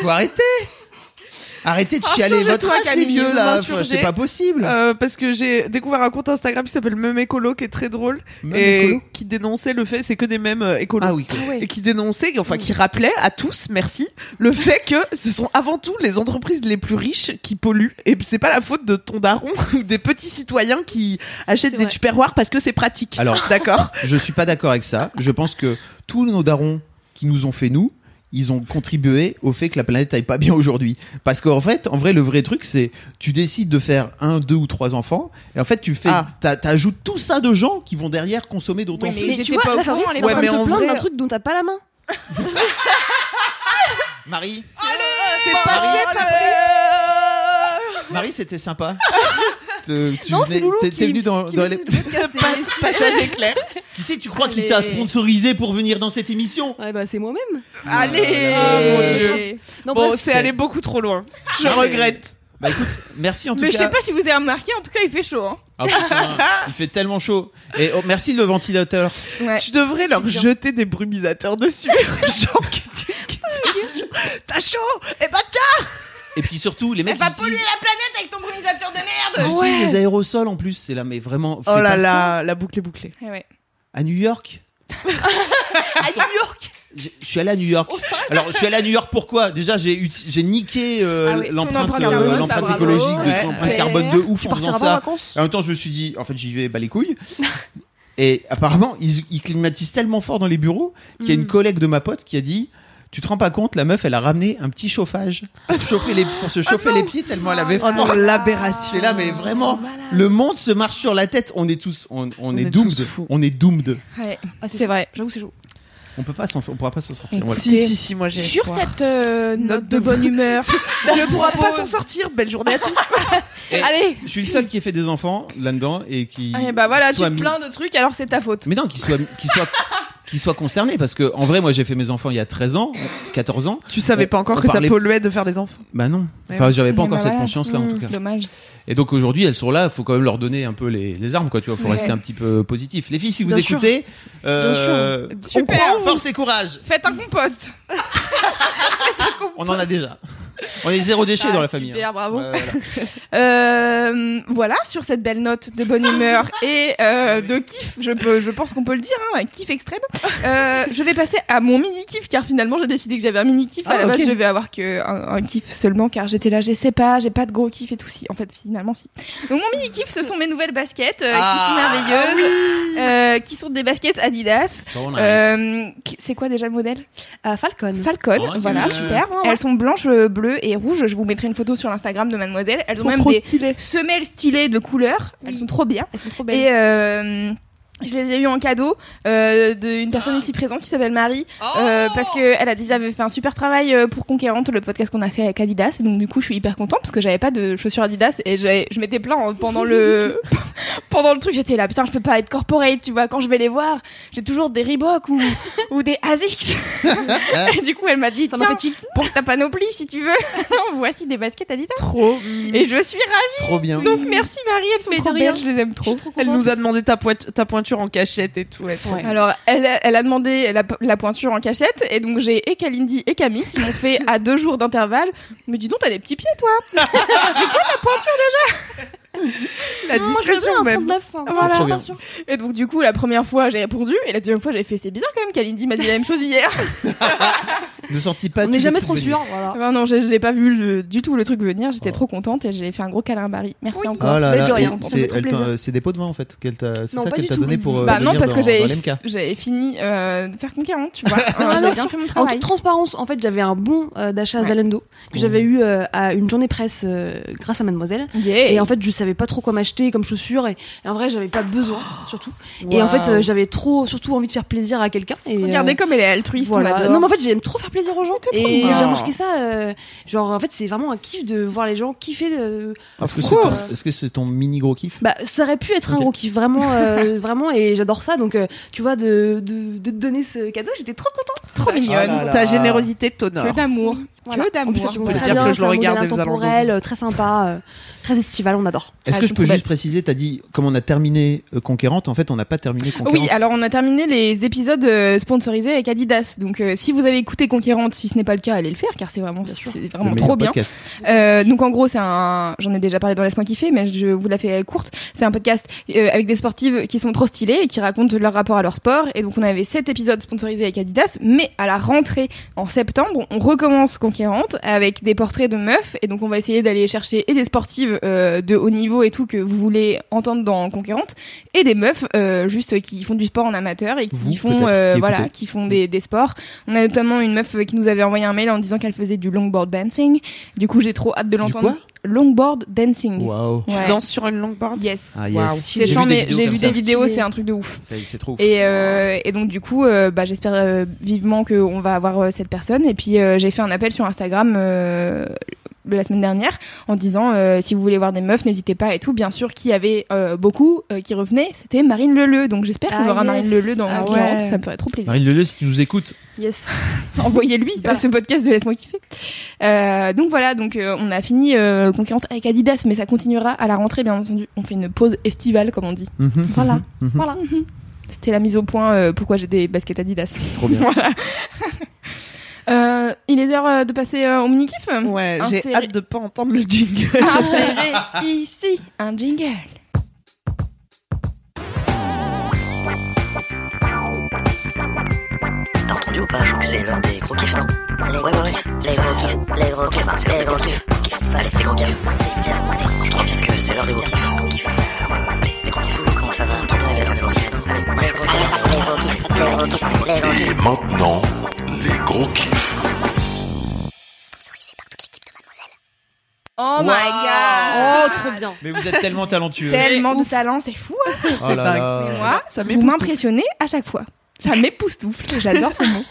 Faut arrêter. Arrêtez de
Ah,
chialer votre
Insurgez-toi,
race, les
Camille,
vieux,
vous
là.
m'insurgez.
C'est pas possible.
Euh, parce que j'ai découvert un compte Instagram qui s'appelle Meme Écolo qui est très drôle
Meme
et
écolo
qui dénonçait le fait, c'est que des mèmes euh, écolos.
ah oui.
Et qui dénonçait, enfin qui rappelait à tous, merci, le fait que ce sont avant tout les entreprises les plus riches qui polluent. Et c'est pas la faute de ton daron ou des petits citoyens qui achètent
C'est
des
vrai.
tupperwares parce que c'est pratique.
Alors-
d'accord.
Je suis pas d'accord avec ça. Je pense que tous nos darons qui nous ont fait nous, ils ont contribué au fait que la planète aille pas bien aujourd'hui. Parce qu'en fait, en vrai, le vrai truc, c'est tu décides de faire un, deux ou trois enfants, et en fait, tu fais,
Ah.
t'a- t'ajoutes tout ça de gens qui vont derrière consommer d'autant
Oui,
plus.
mais- ils
tu
étaient
vois,
pas au
la
courant,
Fabrice,
les
t'es en train de
mecs. Ouais, mais
te
en
plaindre d'un
vrai-
truc dont t'as pas la main.
Marie,
C'est
passé,
Fabrice.
Marie, c'était sympa. Te- tu
Non,
venais-
c'est Loulou
t'es-
qui-
t'es venu dans, dans les-
Passage éclair.
Qui c'est, tu crois qu'il t'a sponsorisé pour venir dans cette émission
Ouais, bah c'est moi-même.
Oh
Allez.
Ah, mon
Oh Dieu. Non,
Bon,
bref,
c'est allé beaucoup trop loin. Je
Non, mais-
regrette.
Bah écoute, merci en tout
Mais je
cas.
sais pas si vous avez remarqué, en tout cas, il fait chaud. hein.
Ah, putain, il fait tellement chaud. Et oh, merci le ventilateur.
Ouais.
Tu devrais leur
bien.
jeter des brumisateurs dessus. Genre, qu'est-ce qu'ils font T'as chaud Eh ben tiens
Et puis surtout, les mecs
Elle va
ils
polluer
utilisent,
la planète avec ton brumisateur de merde
ils utilisent des aérosols en plus. C'est là, mais vraiment. fais
Oh là
pas ça.
là, la boucle est bouclée.
Eh ouais.
À New York. Ah,
À New York
J'ai- Je suis allé à New
Oh,
York. Alors, je suis allé à New York pourquoi Déjà, j'ai ut- j'ai niqué euh,
Ah oui, ton
l'empreinte
empreinte
euh,
carbone, ça,
l'empreinte
bravo.
écologique, de
Ouais.
son empreinte
Ouais.
carbone de ouf
Tu
en faisant ça.
partiras pas en vacances
En même temps, je me suis dit, en fait, j'y vais, bah les couilles. Et apparemment, ils, ils climatisent tellement fort dans les bureaux qu'il y a une collègue de ma pote qui a dit. Tu te rends pas compte, la meuf, elle a ramené un petit chauffage pour, chauffer les, pour se chauffer les pieds tellement elle avait
Oh
froid.
non, l'aberration.
C'est là, mais vraiment, le monde se marche sur la tête. On est tous, on, on est,
est
doomed.
tous fous.
On est doomed.
Ouais.
Ah,
C'est vrai.
J'avoue, c'est chaud.
On peut pas s'en, on pourra pas s'en sortir.
Et
Voilà.
Si, si, si, moi j'ai.
Sur
espoir.
cette euh, note de bonne humeur,
Tu ne pourras pas
propose-
s'en sortir. Belle journée à tous.
Et-
allez.
Je suis le seul qui ait fait des enfants là-dedans et qui.
Eh bah voilà, tu
soit
te
mis-
plains de trucs, alors c'est ta faute.
Mais non, qui soit, qui soit, qui soit concerné parce que en vrai, moi, j'ai fait mes enfants il y a 13 ans, 14 ans.
Tu savais pas encore
On
que ça
parlait-
polluait de faire des enfants.
Bah non.
Ouais.
Enfin, j'avais pas
Mais
encore
bah
cette
voilà.
conscience-là en
Mmh,
tout cas.
Dommage.
Et donc aujourd'hui, elles sont là. Faut quand même leur donner un peu les, les armes, quoi. Tu vois, faut
Ouais.
rester un petit peu positif. Les filles, si vous
Bien sûr.
écoutez, euh, on
Super.
croit en vous. force et courage.
Faites un compost.
On en a déjà. On est zéro déchet
Ah,
dans la famille.
super,
hein.
bravo.
Ouais, voilà.
Euh, voilà, sur cette belle note de bonne humeur et
Ah
euh, de kiff, je, peux, je pense qu'on peut le dire, hein, kiff extrême. Euh, je vais passer à mon mini kiff car finalement j'ai décidé que j'avais un mini kiff. À
Ah,
la
ok.
base, je vais avoir que un, un kiff seulement car j'étais là, je sais pas, j'ai pas de gros kiff et tout. Si, en fait, finalement, si. Donc mon mini kiff, ce sont mes nouvelles baskets euh,
Ah,
qui sont merveilleuses, euh, qui sont des baskets Adidas.
So nice.
Euh, c'est quoi déjà le modèle
À Falcon.
Falcon,
Oh,
voilà,
génial.
super.
Ouais, ouais.
Elles sont blanches, euh, bleues et rouges. Je vous mettrai une photo sur l'Instagram de Mademoiselle. Elles ont même des
stylé.
semelles stylées de couleurs. Elles sont trop bien.
Elles sont trop belles.
Et euh, je les ai eues en cadeau euh, d'une
Ah.
personne ici présente qui s'appelle Marie.
Oh
euh,
Oh
parce qu'elle a déjà fait un super travail euh, pour Conquérante, le podcast qu'on a fait avec Adidas. Et donc, du coup, je suis hyper contente parce que j'avais pas de chaussures Adidas et j'avais- je m'étais plaint hein, pendant le, pendant le truc. J'étais là, putain, je peux pas être corporate, tu vois. Quand je vais les voir, j'ai toujours des Reebok ou, ou des Asics. et du coup, elle m'a dit,
Ça m'a fait
tiens,
tilt.
pour ta panoplie, si tu veux, voici des baskets Adidas.
Trop.
Et je suis ravie.
Trop bien.
Donc, merci Marie, elles sont
Mais de
trop
rien.
belles, je les aime trop.
Elle nous a demandé ta, poit- ta pointure en cachette et tout. elle-
Ouais.
Alors, elle, elle a demandé la, la pointure en cachette, et donc j'ai et Kalindi et Camille qui m'ont fait à deux jours d'intervalle. Mais dis donc, t'as des petits pieds, toi
La
Moi, je le fais
discrétion
un
même.
39. hein.
Voilà.
Trop bien.
Bien sûr.
Et donc, du coup, la première fois, j'ai répondu, et la deuxième fois, j'ai fait c'est bizarre quand même, Kalindi m'a dit la même chose hier.
Ne sortis pas.
On
tous
n'est
les
jamais
petits
trop
venus.
sûr. Voilà.
Enfin, Ben non, j'ai j'ai pas vu le- du tout le truc venir, j'étais
Oh.
trop contente, et j'ai fait un gros câlin à Marie. Merci encore.
Ah là
Mais
là,
de
et
rien, ça fait
c'est
trop
elle t'a-
plaisir.
c'est des pots de vin en fait. qu'elle t'a- C'est
Non,
ça
pas
qu'elle
du
t'a
tout.
donné pour. euh,
bah non,
devenir
parce que
dans- dans
j'avais
l'MK.
j'avais fini euh, de faire concurrent, tu vois.
Ah,
J'ai
non,
bien
c'est-
fait mon
En
travail.
toute transparence, en fait, j'avais un bon euh, d'achat à Zalando que j'avais eu euh, à une journée presse euh, grâce à Mademoiselle.
Yeah.
Et en fait, je savais pas trop quoi m'acheter comme chaussures et, et en vrai, j'avais pas besoin surtout. Et en fait, euh, j'avais trop surtout envie de faire plaisir à quelqu'un. Et, euh,
Regardez comme elle est altruiste, on
voilà.
l'adore.
Non, mais en fait, j'aime trop faire plaisir aux gens.
trop
Et
mignon.
j'ai remarqué ça. euh, genre, en fait, c'est vraiment un kiff de voir les gens kiffer. euh,
Est-ce que
Of
c'est ton-
course.
est-ce que c'est ton mini gros kiff
Bah, ça aurait pu être un
Ok.
gros kiff, vraiment, euh, vraiment. Et j'adore ça. Donc, euh, tu vois, de, de, de te donner ce cadeau, j'étais trop contente.
trop mignonne.
Ah là
Ta
là.
générosité t'honore.
Ah.
Que d'amour.
Voilà.
Que
En plus,
d'amour.
tu
Faut
vois, très
dire
bien,
que je
c'est
le
un
regarde
modèle
des Zalando.
intemporel, euh, très sympa, euh, très estival. On adore.
Ah,
Est-ce que
elles
je
sont
peux
trop
juste préciser T'as dit comme on a terminé euh, Conquérante, en fait, on n'a pas terminé Conquérante.
Oui, alors on a terminé les épisodes euh, sponsorisés avec Adidas. Donc euh, si vous avez écouté Conquérante, si ce n'est pas le cas, allez le faire car c'est vraiment, c'est
Le
vraiment
meilleur
trop bien.
podcast.
Euh, donc en gros, c'est un, j'en ai déjà parlé dans Laisse-moi kiffer, mais je vous la fais courte. C'est un podcast euh, avec des sportives qui sont trop stylées et qui racontent leur rapport à leur sport. Et donc on avait sept épisodes sponsorisés avec Adidas, mais à la rentrée en septembre, on recommence Conquérante avec des portraits de meufs. Et donc on va essayer d'aller chercher et des sportives euh, de haut niveau et tout que vous voulez entendre dans Conquérante, et des meufs euh, juste qui font du sport en amateur et qui
Vous,
font
peut-être,
euh,
qui
voilà,
écoutez.
qui font des, des sports. On a notamment une meuf euh, qui nous avait envoyé un mail en disant qu'elle faisait du longboard dancing. Du coup, j'ai trop hâte de l'entendre.
quoi
Longboard dancing.
Waouh.
Ouais.
Tu danses sur une longboard
Yes.
Ah
Waouh.
yes.
C'est chiant, mais j'ai
comme
vu
ça.
des vidéos,
Stylé.
c'est un truc de ouf.
C'est c'est trop. ouf.
Et, euh, et donc du coup, euh, bah, j'espère euh, vivement qu'on va avoir euh, cette personne. Et puis euh, j'ai fait un appel sur Instagram euh, la semaine dernière en disant euh, si vous voulez voir des meufs, n'hésitez pas et tout. Bien sûr, qui avait euh, beaucoup euh, qui revenait, c'était Marine Leleu. Donc j'espère qu'on
Ah,
aura
yes.
Marine Leleu dans
Ah
qui
ouais.
rentre, ça me ferait trop plaisir.
Marine Leleu, si tu nous écoutes,
Yes.
Envoyez-lui
Bah.
ce podcast de Laisse-moi kiffer. Euh, donc voilà, donc euh, on a fini euh, concurrente avec Adidas, mais ça continuera à la rentrée, bien entendu. On fait une pause estivale, comme on dit. Voilà, voilà. C'était la mise au point euh, pourquoi j'ai des baskets Adidas.
trop bien.
Voilà. Euh, il est l'heure euh, de passer euh, au mini-kiff
Ouais,
Insérer-
j'ai hâte de pas entendre le jingle.
Ah Insérer ici un jingle.
T'as entendu ou pas Je crois que c'est l'heure des gros kiffs, non Les ouais, ouais, ouais. Les gros kiffs. Les gros kiffs. Les gros kiffs. Fallait c'est gros kiffs. C'est l'heure des gros kiffs. que c'est l'heure des gros kiffs. Gros kiffs. Les gros kiffs. Comment ça va Trop bien, les gros kiffs. Allez, Les gros kiffs. Les gros kiffs. Les gros kiffs. Les gros kiffs.
Et maintenant, les gros kiffs.
Sponsorisé par toute l'équipe de Mademoiselle.
Oh my god
Oh, trop bien.
Mais vous êtes tellement talentueux.
Tellement de talent, c'est fou. hein.
Oh là
dingue.
là.
Et moi,
Ça
vous m'impressionnez à chaque fois. Ça m'époustoufle, j'adore ce mot.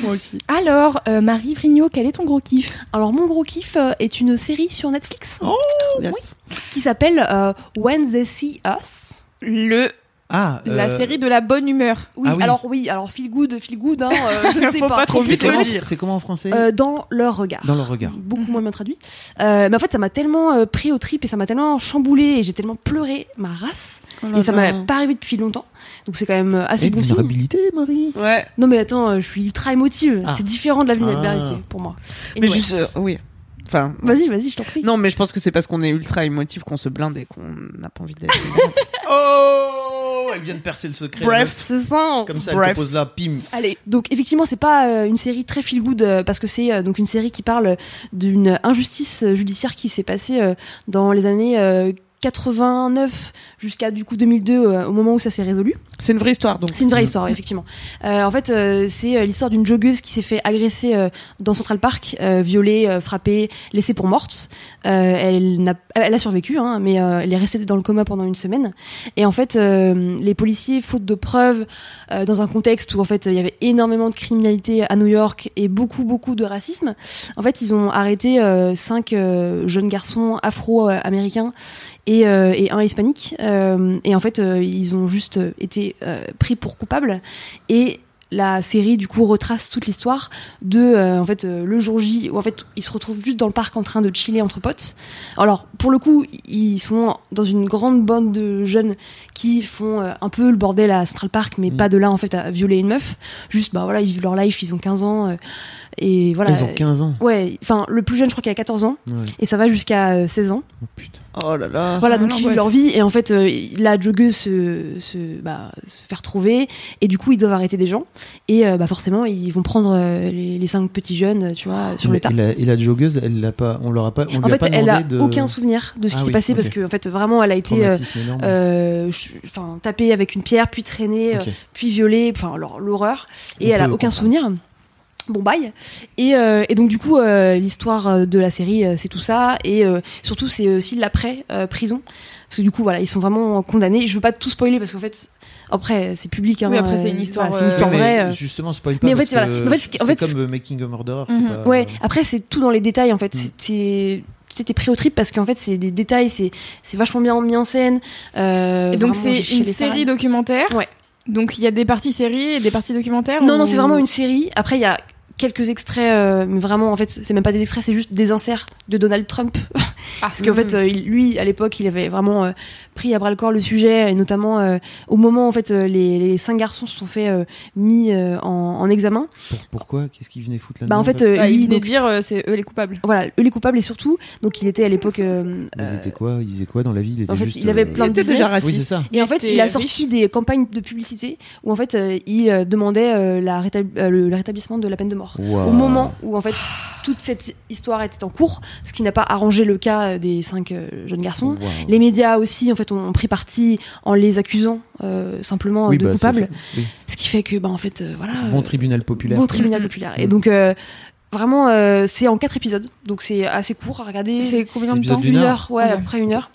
Moi aussi.
Alors, euh, Marie Vrignot, quel est ton gros kiff Oh.
Alors mon gros kiff euh, est une série sur Netflix
Yes.
qui s'appelle euh, When They See Us.
Le,
Ah,
La
euh,
série de la bonne humeur.
Oui,
Ah oui.
alors oui, alors feel good, feel good, hein, euh, je ne sais
Faut pas trop
Feel
vite
c'est
good.
le
comment-
dire.
C'est comment en français
Euh, dans leur regard.
Dans leur regard.
beaucoup moins bien traduit. Euh, mais en fait, ça m'a tellement euh, pris au trip et ça m'a tellement chamboulé et j'ai tellement pleuré ma race.
Oh
et ça m'a pas arrivé depuis longtemps. Donc c'est quand même euh, assez
Eh,
bon signe.
vulnérabilité, Marie.
Ouais.
Non mais attends, euh, je suis ultra émotive.
Ah.
C'est différent de la vulnérabilité
Ah.
pour moi. Et
Mais
ouais.
juste, euh, oui. Enfin,
Vas-y, vas-y, je t'en prie.
Non, mais je pense que c'est parce qu'on est ultra émotif qu'on se blinde et qu'on n'a pas envie d'être.
Oh Elle vient de percer le secret.
Bref.
C'est ça.
meuf. Comme ça, elle
Bref.
te pose là, pim.
Allez, donc effectivement, c'est pas euh, une série très feel good euh, parce que c'est euh, donc une série qui parle d'une injustice euh, judiciaire qui s'est passée euh, dans les années euh, 89 jusqu'à du coup 2002 euh, au moment où ça s'est résolu.
C'est une vraie histoire, donc.
C'est une vraie histoire, effectivement. Euh, en fait, euh, c'est euh, l'histoire d'une joggeuse qui s'est fait agresser euh, dans Central Park, euh, violée, euh, frappée, laissée pour morte. Euh, elle, n'a- elle a survécu, hein, mais euh, elle est restée dans le coma pendant une semaine. Et en fait, euh, les policiers, faute de preuves, euh, dans un contexte où en fait il y avait énormément de criminalité à New York et beaucoup, beaucoup de racisme, en fait, ils ont arrêté euh, cinq euh, jeunes garçons afro-américains et, euh, et un hispanique. Euh, et en fait, euh, ils ont juste euh, été euh, pris pour coupables. Et la série du coup retrace toute l'histoire de euh, en fait euh, le jour J où en fait ils se retrouvent juste dans le parc en train de chiller entre potes. Alors pour le coup ils sont dans une grande bande de jeunes qui font euh, un peu le bordel à Central Park mais
Mm.
pas de là en fait à violer une meuf. Juste bah voilà ils vivent leur life ils ont 15 ans euh, et voilà.
Ils ont 15 ans.
Ouais enfin le plus jeune je crois qu'il a 14 ans
Ouais.
et ça va jusqu'à euh, 16 ans.
Oh, putain.
Oh là là.
Voilà,
Ah,
donc ils vivent
l'angoisse.
leur vie et en fait, euh, la joggeuse se, se, bah, se fait retrouver et du coup, ils doivent arrêter des gens et euh, bah, forcément, ils vont prendre euh, les, les cinq petits jeunes, tu vois, sur le
et,
tas.
et la, et la joggeuse, elle l'a pas, on Ah, leur a pas, on lui
En
a
fait,
pas
elle
demandé
a
de.
aucun souvenir de ce
Ah
qui s'est
oui,
passé
ok.
parce que en fait, vraiment, elle a été euh,
Traumatisme énorme.
euh, ch- enfin tapée avec une pierre, puis traînée, euh,
Ok.
puis violée, enfin l'hor- l'horreur et
On
elle a
peut
aucun
comprendre.
souvenir. Bon bye. Et, euh, et donc du coup, euh, l'histoire euh, de la série, euh, c'est tout ça. Et euh, surtout, c'est aussi l'après euh, prison. Parce que du coup, voilà, ils sont vraiment condamnés. Je veux pas tout spoiler parce qu'en fait, après, c'est public. Hein,
Oui, après, c'est
euh,
une histoire,
voilà, c'est une
euh,
histoire
Mais
vraie. euh.
Justement, spoil pas.
Mais en
parce
fait, voilà.
que
Mais en fait, ce qui- en
c'est
fait,
comme euh, Making a Murderer. faut
Mhm.
pas- euh,
Ouais. Après, c'est tout dans les détails en fait.
Mm.
C'est- C'est c'était pris au trip parce qu'en fait c'est des détails c'est c'est vachement bien mis en scène euh,
Et donc
vraiment,
c'est
j'ai chialé
une
sa
série
race.
documentaire.
Ouais.
Donc il y a des parties séries et des parties documentaires.
Non,
ou-
non, c'est vraiment une série. Après, il y a quelques extraits, euh, mais vraiment, en fait, c'est même pas des extraits, c'est juste des inserts de Donald Trump.
Ah.
Parce qu'en fait, euh, il- lui, à l'époque, il avait vraiment euh, pris à bras le corps le sujet, et notamment euh, au moment, en fait, euh, les, les cinq garçons se sont fait euh, mis euh, en, en examen.
Pour- pourquoi Qu'est-ce qu'ils venaient foutre là
Bah, en fait, euh,
Bah,
lui,
il venait
donc,
de dire euh, c'est eux les coupables.
voilà, eux les coupables et surtout, donc il était à l'époque. euh,
il
euh,
était quoi Il faisait quoi dans la vie Il était
en fait,
juste,
il avait
euh,
plein de
était déjà
business.
raciste.
Oui, c'est ça.
Et en fait,
était
il a
riche.
sorti des campagnes de publicité où en fait, euh, il euh, demandait euh, la rétab- euh, le- le rétablissement de la peine de mort.
Waouh.
au moment où en fait toute cette histoire était en cours, ce qui n'a pas arrangé le cas euh, des cinq euh, jeunes garçons.
Waouh.
Les médias aussi en fait ont ont pris parti en les accusant euh, simplement euh,
Oui,
de
bah, ça
coupables,
fait- oui.
ce qui fait que bah en fait euh, voilà
Bon
euh,
tribunal populaire.
bon
quoi.
tribunal
Mhm.
populaire. Et donc euh, vraiment euh, c'est en quatre épisodes, donc c'est assez court à regarder.
C'est combien
C'est
de temps
l'épisode
une
d'une
heure, ouais
Ouais.
à peu près une heure.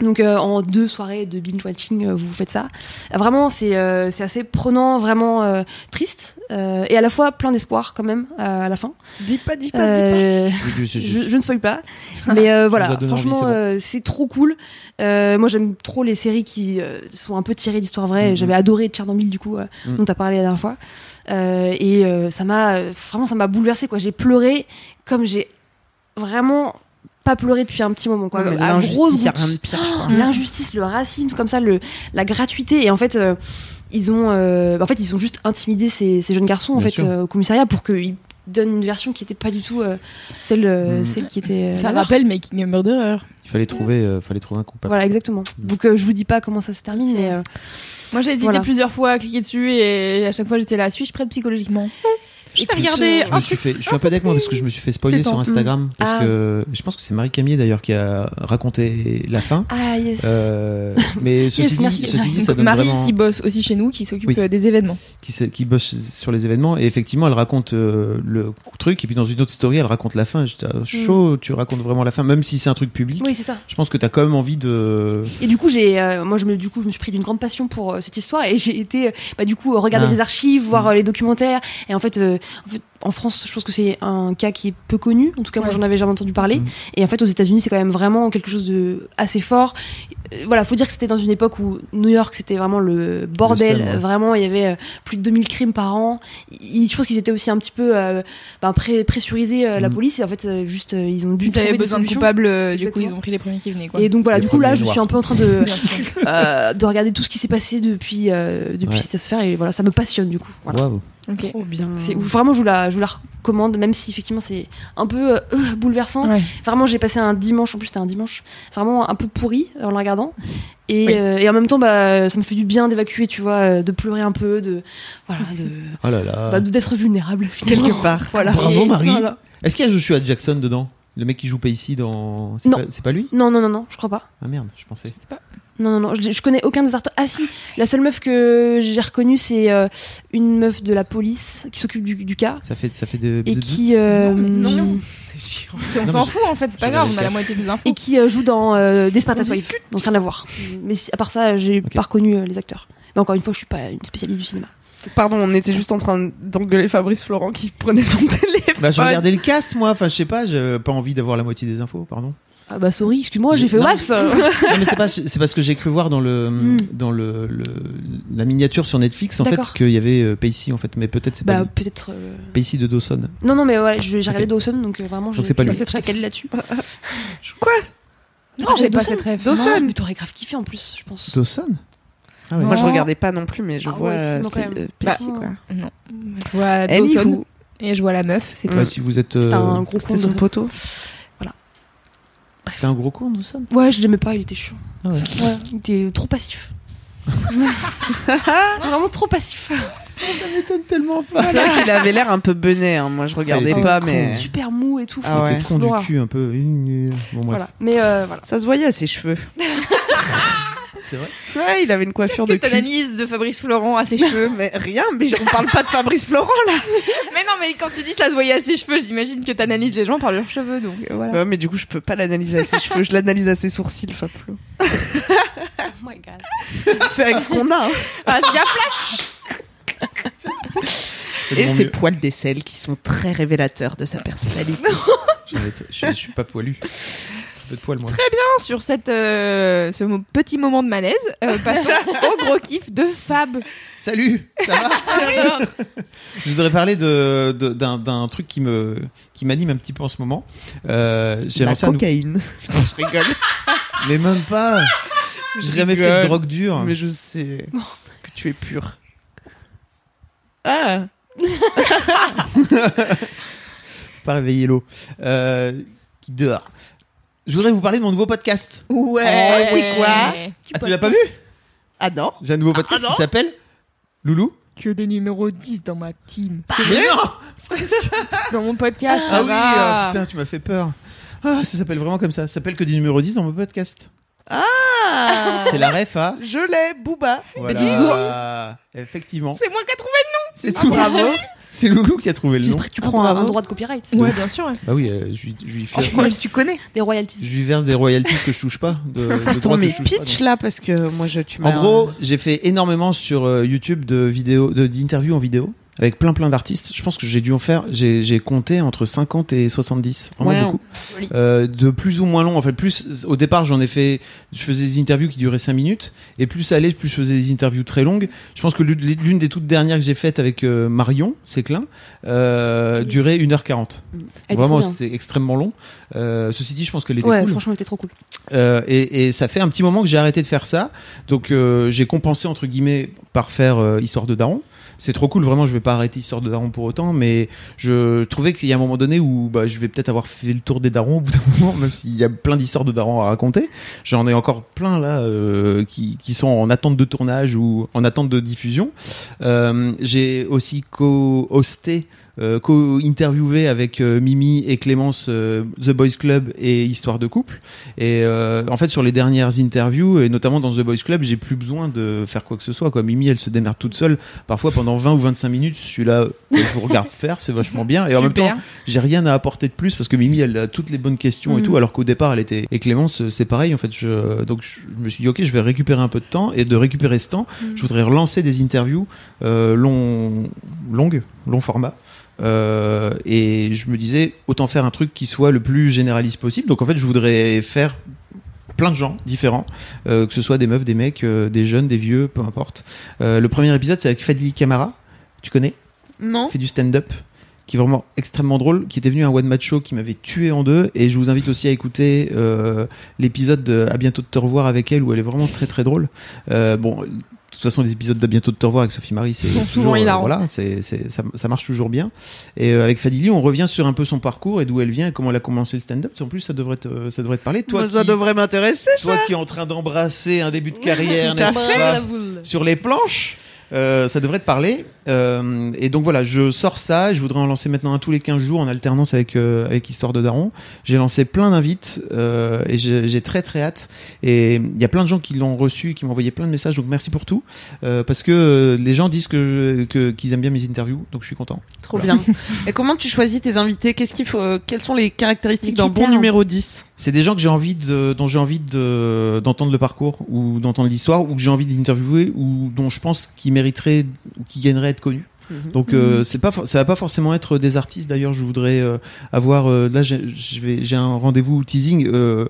Donc euh, en deux soirées de binge watching, euh, vous faites ça. Euh, Vraiment, c'est euh, c'est assez prenant, vraiment euh, triste euh, et à la fois plein d'espoir quand même euh, à la fin.
Dis pas, dis
Euh,
Oui, oui, c'est
je,
juste.
je ne spoil pas, mais euh,
Ça nous
voilà,
a donné
franchement,
envie, c'est bon.
euh, c'est trop cool. Euh, moi, j'aime trop les séries qui euh, sont un peu tirées d'histoires vraies.
Mhm.
J'avais adoré Tchernobyl, du coup, euh,
Mhm.
dont tu as parlé la dernière fois. Euh, et euh, ça m'a euh, vraiment, ça m'a bouleversé. Quoi, j'ai pleuré comme j'ai vraiment pas pleuré depuis un petit moment. Quoi,
Mais
à
l'injustice,
grosses
y a
gouttes.
rien de pire, je crois.
Mm.
Oh, l'injustice, le racisme, comme ça, le, la gratuité. Et en fait, euh, ils ont, euh, en fait, ils ont juste intimidé ces, ces jeunes garçons en
Bien
fait
sûr.
euh, au commissariat pour qu'ils donnent une version qui n'était pas du tout euh, celle, euh,
Mhm.
celle qui était. euh,
Ça
la leur.
rappelle Making a Murderer.
Il fallait trouver, euh, fallait trouver un coupable.
Voilà, exactement.
Mhm.
Donc euh, je vous dis pas comment ça se termine, mais euh,
Moi, j'ai hésité
Voilà.
plusieurs fois à cliquer dessus et à chaque fois j'étais là, suis-je prête psychologiquement Je vais
Écoute,
regarder.
euh,
Je me suis fait, je suis un peu d'accord avec moi parce que je me suis fait spoiler sur
Détends.
Instagram parce
Ah.
que je pense que c'est Marie Camier d'ailleurs qui a raconté la fin.
ah yes.
Euh, mais ceci,
merci.
dit, ceci dit, ça
Donc,
donne
Marie
vraiment
qui bosse aussi chez nous, qui s'occupe
Oui.
euh, des événements.
qui, sait- qui bosse sur les événements et effectivement elle raconte euh, le truc et puis dans une autre story elle raconte la fin. J'étais ah, chaud, tu racontes vraiment la fin même si c'est un truc public.
Mm. Oui, c'est ça.
Je pense que t'as quand même envie de.
Et du coup, j'ai, euh, moi, je me, du coup, je me suis pris d'une grande passion pour euh, cette histoire et j'ai été, euh, bah, du coup, euh, regarder
Ah.
les archives, voir euh, les documentaires. Et en fait, euh, en fait, en France, je pense que c'est un cas qui est peu connu. En tout cas, moi,
Ouais.
j'en avais jamais entendu parler.
Mhm.
Et en fait, aux États-Unis, c'est quand même vraiment quelque chose de assez fort. Euh, voilà, faut dire que c'était dans une époque où New York, c'était vraiment le bordel.
Le seum, ouais.
Euh, Vraiment, il y avait euh, plus de 2000 crimes par an. Ils- je pense qu'ils étaient aussi un petit peu euh, ben, pré- pressurisés euh, la
Mhm.
police. Et en fait, euh, juste, euh, ils ont dû
Ils avaient
trouver des
besoin de
solutions.
coupables, euh, du coup
Exactement.
ils ont pris les premiers qui venaient. Quoi.
Et donc voilà,
Les
du coup là,
premiers
je suis
noirs.
un peu en train de,
Bien sûr.
euh, de regarder tout ce qui s'est passé depuis, euh, depuis
Ouais.
cette affaire et voilà, ça me passionne du coup. Voilà.
Waouh.
Ok.
Oh, C'est vraiment je vous la je vous la recommande même si effectivement c'est un peu euh, euh, bouleversant.
Ouais.
Vraiment j'ai passé un dimanche en plus c'était un dimanche vraiment un peu pourri euh, en la regardant et,
Oui.
euh, et en même temps bah ça me fait du bien d'évacuer tu vois euh, de pleurer un peu de voilà de
Oh là là.
bah, de- d'être vulnérable finalement.
Quelque part.
Voilà.
Bravo,
Et-
Marie.
voilà.
Est-ce qu'il y a Joshua Jackson dedans Le mec qui joue pas ici dans. C'est
Non.
pas- c'est pas lui
Non non non non je crois pas.
Ah merde, je pensais.
Non, non, non, je, je connais aucun des artistes. Ah si, la seule meuf que j'ai reconnue, c'est euh, une meuf de la police qui s'occupe du, du cas.
Ça fait, ça fait de.
et qui euh,
Non, mais c'est chiant.
C'est chiant.
C'est- On
Non,
s'en
mais-
fout en fait, c'est pas
je
grave, on a la
regarde.
moitié des infos.
et qui euh, joue dans euh, Desperate
On
Housewives.
discute.
Donc rien à voir. Mais si- à part ça, j'ai
Ok.
pas reconnu euh, les acteurs. Mais encore une fois, je suis pas une spécialiste du cinéma.
Pardon, on était juste en train d'engueuler Fabrice Florent qui prenait son téléphone.
Bah, je regardais le cast, moi. Enfin, je sais pas, j'ai pas envie d'avoir la moitié des infos, pardon.
Ah bah sorry, excuse-moi, j'ai
J'ai-
fait
non,
wax.
non, mais c'est pas, c'est parce que j'ai cru voir dans le,
Hmm.
dans le, le- la miniature sur Netflix, en fait,
D'accord.
qu'il y avait euh, Pacey, en fait. Mais peut-être c'est
bah
pas
peut-être. euh,
lui. Pacey de Dawson.
Non non mais ouais, je- j'ai regardé
Ok.
Dawson donc euh, vraiment.
Donc c'est pas lui.
C'est très calé là-dessus.
Quoi
Non, j'ai pas
Dawson.
cette rêve.
Dawson.
Ah, mais t'aurais grave kiffé en plus, je pense.
Dawson Ah ouais.
Moi, je
Non.
regardais pas non plus, mais je
Oh. Ah
vois
ouais, si,
euh,
non,
ce
quand
qui-
même.
euh,
Bah,
Pacey, quoi.
Non. Je vois Dawson
Anywho,
et je vois la meuf, c'est tout.
Ouais, si vous êtes.
C'était
euh,
un gros con.
c'était son
Dawson.
poteau.
C'était un gros con, Dawson
Ouais, je l'aimais pas, il était chiant.
Ah ouais.
Ouais, il était trop passif. Vraiment trop passif.
m'étonne tellement pas.
C'est vrai qu'il avait l'air un peu benet, hein. moi je
Il
regardais
était
pas,
con.
mais.
Super mou et tout.
Ah
Enfin,
Il
ouais.
était con du
L'horreur.
cul, un peu. Bon, bref.
Voilà. Mais euh, voilà.
Ça se voyait à ses cheveux.
C'est vrai.
Ouais, il avait une coiffure de cul.
analyse de Fabrice Florent à ses
Euh, mais rien, mais on parle pas de Fabrice Florent là.
Mais non, mais quand tu dis ça se voyait à ses cheveux, j'imagine que t'analyses les gens par leurs cheveux, donc euh, voilà.
Ouais, mais du coup, je peux pas l'analyser à ses cheveux, je l'analyse à ses sourcils, Fablo.
Oh my god.
Faire avec ce qu'on a. hein.
Euh.
Ah, s'il y a flash
Fais de
Et
mon
ses
mieux.
poils d'aisselle qui sont très révélateurs de sa personnalité.
J'en ai- Je je suis pas poilu. Très peu de poils, moi.
sur cette, euh, ce mo- petit moment de malaise, euh, passons au gros kiff de Fab. Euh,
Salut, ça va
Ah Oh,
Je voudrais parler de, de- d'un, d'un truc qui, me, qui m'anime un petit peu en ce moment. Euh, j'ai
La
lancé un nou-
cocaïne. je rigole.
Mais même pas J'ai
Je
jamais fait
rigole.
de drogue dure.
Mais je sais que tu es pur. Ah
Faut Pas réveiller l'eau. Euh, qui dehors. Je voudrais vous parler de mon nouveau podcast. Oh,
Ouais C'est quoi
Ah, tu l'as pas vu
Ah non
J'ai un nouveau podcast qui s'appelle Loulou
Que des numéros 10 dans ma team.
Mais non
Dans mon podcast,
Ah
ça
oui,
va.
euh,
oh,
putain, tu m'as fait peur. Ah, ça s'appelle vraiment comme ça. Ça s'appelle que du numéro 10 dans mon podcast.
Ah
C'est la ref, hein
Je l'ai, Booba
Voilà. Effectivement.
C'est moi qui a trouvé.
Ah
C'est tout.
Bravo
C'est Loulou qui a trouvé le nom.
Tu prends un, un droit de copyright.
Ouais, bien
sûr.
Bah oui, euh, je lui- je lui fais-
Ah, tu connais
Des royalties.
je lui verse des royalties que je touche pas. De, de droits
Attends,
que
mais
je touche pas, donc.
pitch là, parce que moi, je, tu m'as.
En gros, j'ai fait énormément sur euh, YouTube de vidéos, de- d'interviews en vidéo avec plein plein d'artistes. Je pense que j'ai dû en faire, j'ai j'ai compté entre 50 et 70, vraiment
Wow.
beaucoup.
Joli.
Euh, de plus ou moins long, en fait, plus au départ j'en ai fait, je faisais des interviews qui duraient 5 minutes, et plus ça allait, plus je faisais des interviews très longues. Je pense que l'une- l'une des toutes dernières que j'ai faites avec euh, Marion, c'est Klein, euh, durait 1h40.
Elle était trop
Vraiment,
bien.
c'était extrêmement long. Euh, ceci dit, je pense que les
Ouais, franchement, elle était trop cool.
euh, et, et ça fait un petit moment que j'ai arrêté de faire ça. Donc euh, j'ai compensé entre guillemets par faire euh, Histoire de Daron. C'est trop cool, vraiment. Je vais pas arrêter Histoire de Daron pour autant, mais je trouvais qu'il y a un moment donné où bah, je vais peut-être avoir fait le tour des darons au bout d'un moment, même s'il y a plein d'histoires de darons à raconter. J'en ai encore plein là euh, qui, qui sont en attente de tournage ou en attente de diffusion. Euh, j'ai aussi co-hosté euh, co-interviewé avec euh, Mimi et Clémence euh, The Boys Club et Histoire de couple. Et euh, en fait, sur les dernières interviews, et notamment dans The Boys Club, j'ai plus besoin de faire quoi que ce soit. Quoi. Mimi, elle se démerde toute seule. Parfois, pendant 20 ou 25 minutes, je suis là, euh, je vous regarde faire, c'est vachement bien. Et en même
Super.
temps, j'ai rien à apporter de plus parce que Mimi, elle a toutes les bonnes questions et
Mhm.
tout, alors qu'au départ, elle était. Et Clémence, euh, c'est pareil, en fait. Je... Donc, je me suis dit, ok, je vais récupérer un peu de temps. Et de récupérer ce temps,
Mhm.
je voudrais relancer des interviews euh, long... longues, long format. Euh, et je me disais, autant faire un truc qui soit le plus généraliste possible. Donc, en fait, je voudrais faire plein de gens différents, euh, que ce soit des meufs, des mecs, euh, des jeunes, des vieux, peu importe. Euh, le premier épisode, c'est avec Fadi Camara. Tu connais
Non.
Fait du stand-up qui est vraiment extrêmement drôle, qui était venu à un one match show qui m'avait tué en deux, et je vous invite aussi à écouter euh, l'épisode de À bientôt de te revoir avec elle, où elle est vraiment très très drôle. Euh, bon, de toute façon, les épisodes d'À bientôt de te revoir avec Sophie Marie, c'est
Sont souvent
toujours, euh,
hilarants.
voilà, c'est, c'est- ça, ça marche toujours bien. Et euh, avec Fadili, on revient sur un peu son parcours et d'où elle vient et comment elle a commencé le stand-up. En plus, ça devrait te, ça devrait te parler. Toi,
Moi, ça
qui-
devrait m'intéresser,
toi qui est en train d'embrasser un début de carrière,
Tout à
n'est-ce
fait.
pas,
La boule.
sur les planches. euh, ça devrait te parler. Euh, et donc voilà, je sors ça. Je voudrais en lancer maintenant un tous les 15 jours en alternance avec, euh, avec Histoire de Daron. J'ai lancé plein d'invites euh, et j'ai j'ai très très hâte. Et il y a plein de gens qui l'ont reçu, qui m'ont envoyé plein de messages. Donc merci pour tout. Euh, parce que euh, les gens disent que que- qu'ils aiment bien mes interviews. Donc je suis content.
Trop
Voilà.
bien. Et comment tu choisis tes invités Qu'est-ce qu'il faut euh, Quelles sont les caractéristiques
Les
d'un bon
critères.
numéro 10
C'est des gens que j'ai envie de, dont j'ai envie de, d'entendre le parcours ou d'entendre l'histoire ou que j'ai envie d'interviewer ou dont je pense qu'ils mériteraient ou qui gagneraient à être connus.
Mhm.
Donc euh,
Mhm.
c'est pas for- ça va pas forcément être des artistes d'ailleurs je voudrais euh, avoir euh, là j'ai, je vais- j'ai un rendez-vous teasing euh,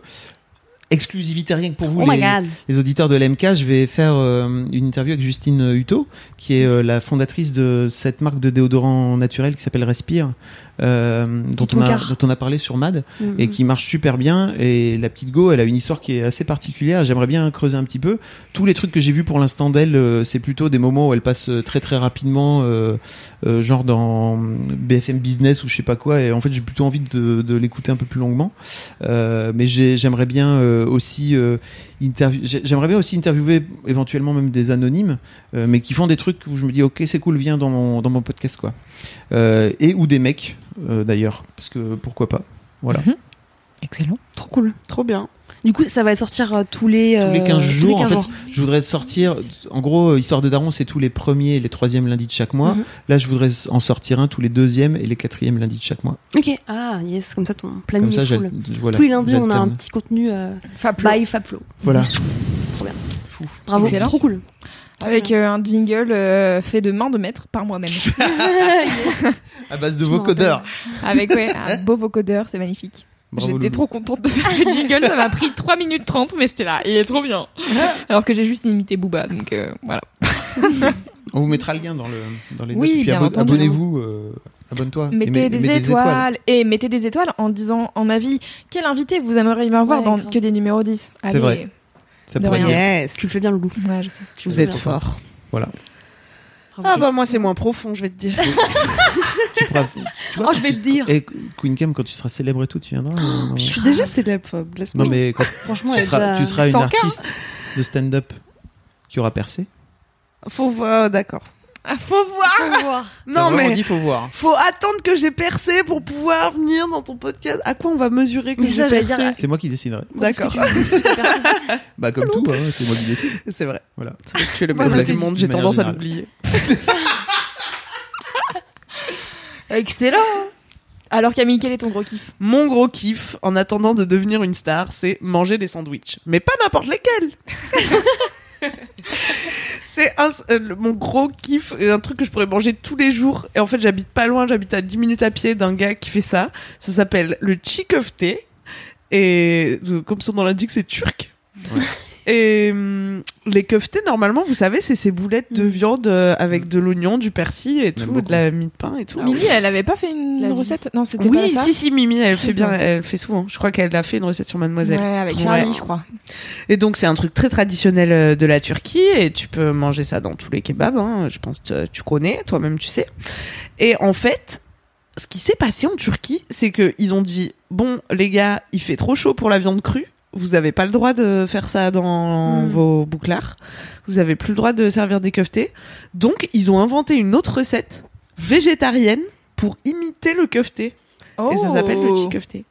exclusivité rien que pour vous
Oh my
les,
God.
les auditeurs de l'MK je vais faire euh, une interview avec Justine euh, Hutto qui est euh, la fondatrice de cette marque de déodorant naturel qui s'appelle Respire euh, dont on a
tocard.
dont on a parlé sur Mad
Mhm.
et qui marche super bien. Et la petite Go, elle a une histoire qui est assez particulière. J'aimerais bien creuser un petit peu. Tous les trucs que j'ai vus pour l'instant d'elle, euh, c'est plutôt des moments où elle passe euh, très très rapidement, euh, euh, genre dans BFM Business ou je sais pas quoi. Et en fait, j'ai plutôt envie de, de l'écouter un peu plus longuement. Euh, mais j'ai- j'aimerais bien euh, aussi euh, interview- j'ai- J'aimerais bien aussi interviewer éventuellement même des anonymes, euh, mais qui font des trucs où je me dis ok c'est cool, viens dans mon dans mon podcast quoi. Euh, et ou des mecs euh, d'ailleurs, parce que pourquoi pas. Voilà.
Excellent.
Trop cool.
Trop bien.
Du coup, ça va sortir euh, tous les,
tous les
euh,
15 jours.
tous les 15
en fait, je voudrais sortir. En gros, euh, Histoire de Daron, c'est tous les premiers et les troisièmes lundis de chaque mois.
Mhm.
Là, je voudrais en sortir un tous les deuxièmes et les quatrièmes lundis de chaque mois.
Ok, ah yes, comme ça ton planning
Comme ça,
est
j'al-
full.
voilà,
Tous les lundis, on a un
j'alterne.
petit contenu euh, by Fablo.
Voilà.
Trop bien. Bravo,
Excellent.
trop cool. Ah,
Avec euh, un jingle euh, fait de main de maître par moi-même.
À base de
Je m'en
vocodeurs.
rappelle. Avec ouais, un beau vocodeur, c'est magnifique.
Bravo,
J'étais
Loulou.
trop contente de faire ce jingle, ça m'a pris 3 minutes 30, mais c'était là, il est trop bien. Alors que j'ai juste imité Booba, donc euh, voilà.
On vous mettra le lien dans, le, dans les
Oui,
notes. Et puis
bien
abo-
entendu.
abonnez-vous. euh, Abonne-toi. Et
Ah, Mettez,
mets-
des,
mets
étoiles. et mettez des étoiles en disant en avis quel invité vous aimeriez bien voir dans que des numéros 10.
C'est vrai. Ça
de
pourrait
rien.
être bien.
euh, Tu le fais bien, Loulou.
Ouais, je sais.
Vous êtes fort.
Voilà.
Ah bah moi c'est moins profond, je vais te dire.
Tu pourras- tu
bah,
vois,
Oh, je vais te dire.
Et Queen Cam, quand tu seras célèbre et tout, tu viendras. euh,
Je suis déjà célèbre, Fab, laisse-moi.
Non, mais quand
Franchement,
tu
elle
seras,
est
tu
déjà
seras une
100K, hein.
artiste de stand-up qui aura percé.
Faut voir, oh, d'accord.
Ah,
faut voir.
T'as
Non
vraiment
mais
dit, faut voir.
faut attendre que j'ai percé pour pouvoir venir dans ton podcast. À quoi on va mesurer que
Mais ça,
j'ai
j'allais
percé
dire,
C'est moi qui déciderai.
D'accord.
Bah,
Ah
comme tout, hein, c'est moi qui décide.
C'est vrai.
Voilà.
Tu es le meilleur du monde, j'ai tendance à l'oublier.
Excellent. Alors Camille, quel est ton gros kiff
Mon gros kiff en attendant de devenir une star, c'est manger des sandwichs. Mais pas n'importe lesquels C'est un- euh, le- mon gros kiff, et un truc que je pourrais manger tous les jours. Et en fait, j'habite pas loin, j'habite à 10 minutes à pied d'un gars qui fait ça. Ça s'appelle le chikofte. Et euh, comme son nom l'indique, c'est turc. Et hum, les koftés, normalement, vous savez, c'est ces boulettes de viande euh, avec de l'oignon, du persil et tout, de la mie de pain et tout.
Mimi, elle avait pas fait une
La vie.
recette Non, c'était pas
Oui,
ça.
si, si, Mimi, elle fait bien,
pas.
elle fait souvent. Je crois qu'elle a fait une recette sur Mademoiselle.
Ouais, avec
Ouais.
Charlie, je crois.
Et donc, c'est un truc très traditionnel euh, de la Turquie et tu peux manger ça dans tous les kebabs, hein. je pense que tu connais, toi-même tu sais. Et en fait, ce qui s'est passé en Turquie, c'est que ils ont dit bon, les gars, il fait trop chaud pour la viande crue. Vous avez pas le droit de faire ça dans
Hmm.
Mm.
vos bouclards. Vous avez plus le droit de servir des keftés. Donc, ils ont inventé une autre recette végétarienne pour imiter le kefté. Et ça s'appelle le
Oh.
chikofté.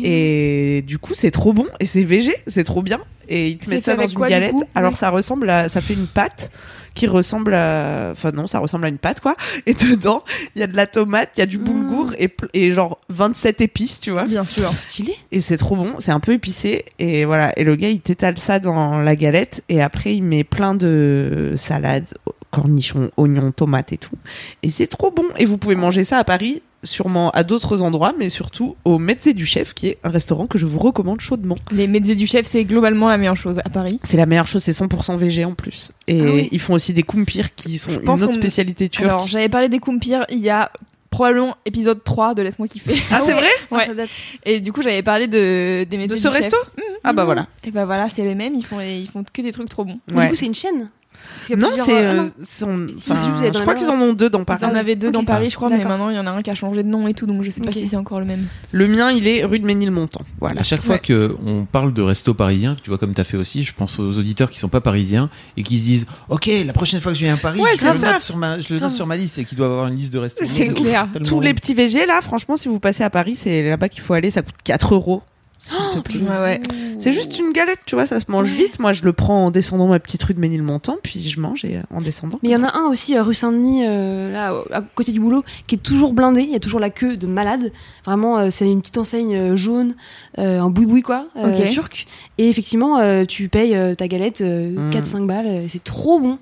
Et du coup, c'est trop bon et c'est végé, c'est trop bien. Et ils te
C'est
mettent
fait
ça dans
avec
une
quoi, du
galette.
coup
Alors
Oui.
ça ressemble à, ça fait une pâte qui ressemble à, enfin non, ça ressemble à une pâte quoi. Et dedans, il y a de la tomate, il y a du
Mm.
boulgour et, pl- et genre 27 épices, tu vois.
Bien sûr.
Stylé.
Et c'est trop bon, c'est un peu épicé et voilà. Et le gars, il t'étale ça dans la galette et après il met plein de salades, cornichons, oignons, tomates et tout. Et c'est trop bon. Et vous pouvez manger ça à Paris, sûrement à d'autres endroits, mais surtout au Mezzé du Chef, qui est un restaurant que je vous recommande chaudement.
Les métiers du chef, c'est globalement la meilleure chose à Paris.
C'est la meilleure chose, c'est 100% végé en plus. Et
Ah oui.
ils font aussi des kumpirs qui sont
Je
une
pense
autre
qu'on-
spécialité turque.
Alors, j'avais parlé des kumpirs il y a probablement épisode 3 de Laisse-moi kiffer.
Ah, c'est vrai
Ouais.
Ça date.
Et du coup, j'avais parlé de, des métiers
De ce
du chef.
resto Ah bah voilà.
Et bah voilà, c'est les mêmes, ils font, ils font que des trucs trop bons.
Du
Ouais.
coup, c'est une chaîne. Parce qu'il y a
Non,
plusieurs-
c'est.
ah,
euh,
non.
son-
Si,
enfin,
si, vous avez
je
dans la
crois
même
qu'ils en ont deux dans Paris.
Ils en avaient deux
Ok.
dans Paris, je crois, mais
D'accord.
maintenant, il y en a un qui a changé de nom et tout, donc je sais pas
Ok.
si c'est encore le même.
Le mien, il est rue de Ménilmontant. Voilà.
À chaque fois que on parle de resto parisien, que tu vois comme t'as fait aussi, je pense aux auditeurs qui sont pas parisiens et qui se disent OK, la prochaine fois que je viens à Paris,
Ouais,
je,
c'est
le
ça.
note sur ma, je le note sur ma liste et qu'ils doivent avoir une liste de restos.
C'est
Donc,
clair.
tellement
Tous
bon.
les petits VG là, franchement, si vous passez à Paris, c'est là-bas qu'il faut aller. Ça coûte 4 euros. s'il te
Oh,
plaît.
ah
C'est juste une galette, tu vois, ça se mange vite. Moi, je le prends en descendant ma petite rue de Ménilmontant, puis je mange et euh, en descendant.
Mais il y en a un aussi, euh, rue Saint-Denis, euh, là, au- à côté du boulot, qui est toujours blindé. Il y a toujours la queue de malade. Vraiment, euh, c'est une petite enseigne euh, jaune, euh, un boui-boui, quoi, euh,
Ok.
turc. Et effectivement, euh, tu payes euh, ta galette euh,
Mm. 4-5
4-5 balles. euh, C'est trop bon.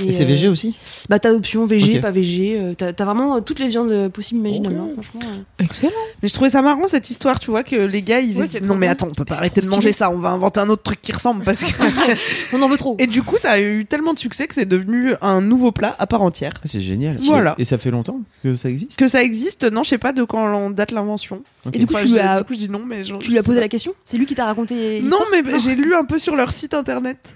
Et c'est
euh,
végé aussi
Bah, t'as option végé,
Ok.
pas végé. euh, t'as t'as vraiment euh, toutes les viandes euh, possibles, imaginables.
Ok.
hein, franchement, euh.
Excellent.
Mais je trouvais ça marrant cette histoire, tu vois, que les gars ils
Ouais,
aient dit,
c'est
non
trop
mais
bon.
attends, on peut pas
C'est
arrêter de
trop
manger
stylé.
ça, on va inventer un autre truc qui ressemble parce que.
On en veut trop.
et du coup, ça a eu tellement de succès que c'est devenu un nouveau plat à part entière.
Ah, c'est génial.
Voilà.
Et ça fait longtemps que ça existe.
Que ça existe, non, je sais pas de quand on date l'invention.
Ok.
Et du coup,
Enfin,
tu
je-
lui as-
du coup, je dis non, mais genre,
Tu lui as
je
posé
sais
la question C'est lui qui t'a raconté
Non,
l'histoire
mais j'ai lu un peu sur leur site internet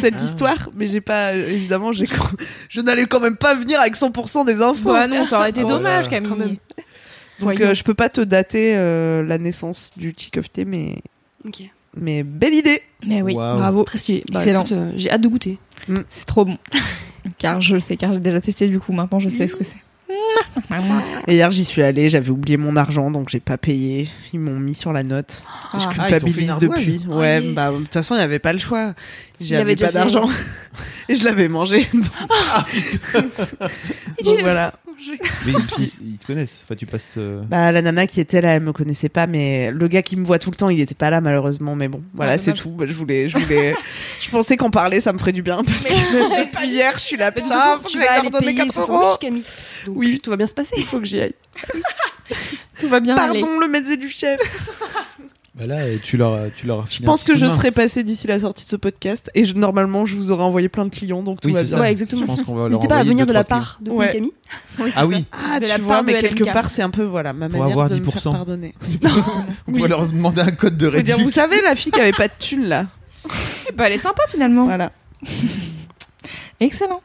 cette
Ah.
histoire, mais j'ai pas euh, évidemment, j'ai cru- je n'allais quand même pas venir avec 100% des infos.
Bah non, ça aurait été
Oh là
dommage,
là.
Camille.
Quand même. Donc
Voyons.
euh, je peux pas te dater euh, la naissance du Chikofté, mais
Ok.
mais belle idée.
Mais oui,
Waouh.
bravo.
Très stylé. Bah,
Excellent.
écoute, euh, j'ai hâte de goûter.
C'est trop bon. car je le sais, car j'ai déjà testé du coup, maintenant je sais ce que c'est.
Et hier j'y suis allée, j'avais oublié mon argent, donc j'ai pas payé. Ils m'ont mis sur la note.
Ah.
je
Ah, ils t'ont fait une
culpabilise
ardoise.
depuis. ouais,
yes.
bah de toute façon il y avait pas le choix.
Il
J'avais
avait
pas
déjà fait.
d'argent et je l'avais mangé. donc- ah, donc voilà.
Mais ils, ils te connaissent. Enfin, tu passes. euh,
Bah, la nana qui était là, elle me connaissait pas, mais le gars qui me voit tout le temps, il était pas là, malheureusement. Mais bon, voilà,
Ah,
c'est
dommage.
tout. Bah, je voulais, je voulais, je pensais qu'en parler, ça me ferait du bien. Parce que depuis hier, je suis là,
Mais de toute
putain,
façon,
faut que
tu
j'aille
vas aller
leur donner
payer
4
ce
euros.
sandwich, Camille. Donc,
Oui.
tout va bien se passer.
Il faut que j'y aille.
Tout va bien aller.
Pardon, le médecin du chef.
Oh, bah là, euh, tu leur, tu leur.
Je pense que je serai passé d'ici la sortie de ce podcast, et je- normalement, je vous aurai envoyé plein de clients, donc tout
Oui,
va
c'est
bien.
ça.
Ouais,
Je
exactement.
pense qu'on va leur
N'hésitez pas à
envoyer
venir
deux,
de la
trois
part de
Ouais.
Camille.
clients. Ah oui.
Ah,
De
tu
la
vois,
part de
mais quelque
LMK.
part, c'est un peu voilà ma
Pour
manière
avoir
de me faire
10%.
pardonner.
On va leur demander un code de
Faut dire, vous
réduction.
savez, la fille qui avait pas de thune là.
Bah, elle est sympa finalement.
Voilà.
Excellent.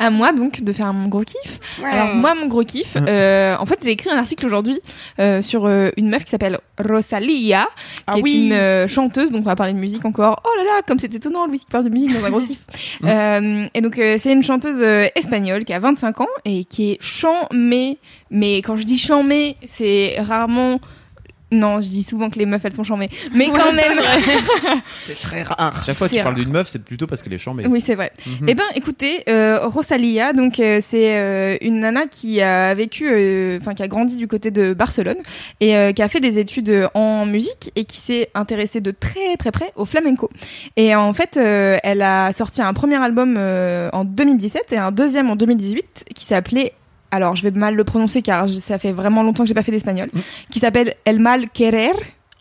À moi donc de faire mon gros kiff. Alors moi mon gros kiff, euh, en fait j'ai écrit un article aujourd'hui euh, sur euh, une meuf qui s'appelle Rosalia, qui
Ah
est
oui.
une euh, chanteuse. Donc on va parler de musique encore. Oh là là, comme c'est étonnant lui qui parle de musique dans un gros kiff. Euh, et donc euh, c'est une chanteuse euh, espagnole qui a 25 ans et qui est chamée. Mais quand je dis chamée, c'est rarement Non, je dis souvent que les meufs elles sont chambées, mais quand
Ouais,
même.
C'est très rare.
Chaque fois que
C'est
tu parles
rare.
d'une meuf, c'est plutôt parce qu'elle est chambée.
Oui, c'est vrai.
Mhm.
Eh ben, écoutez, euh, Rosalia, donc euh, c'est euh, une nana qui a vécu, euh, enfin qui a grandi du côté de Barcelone et euh, qui a fait des études euh, en musique et qui s'est intéressée de très très près au flamenco. Et en fait, euh, elle a sorti un premier album euh, en 2017 et un deuxième en 2018 qui s'appelait alors, je vais mal le prononcer car je- ça fait vraiment longtemps que j'ai pas fait d'espagnol. Qui s'appelle El Mal Querer.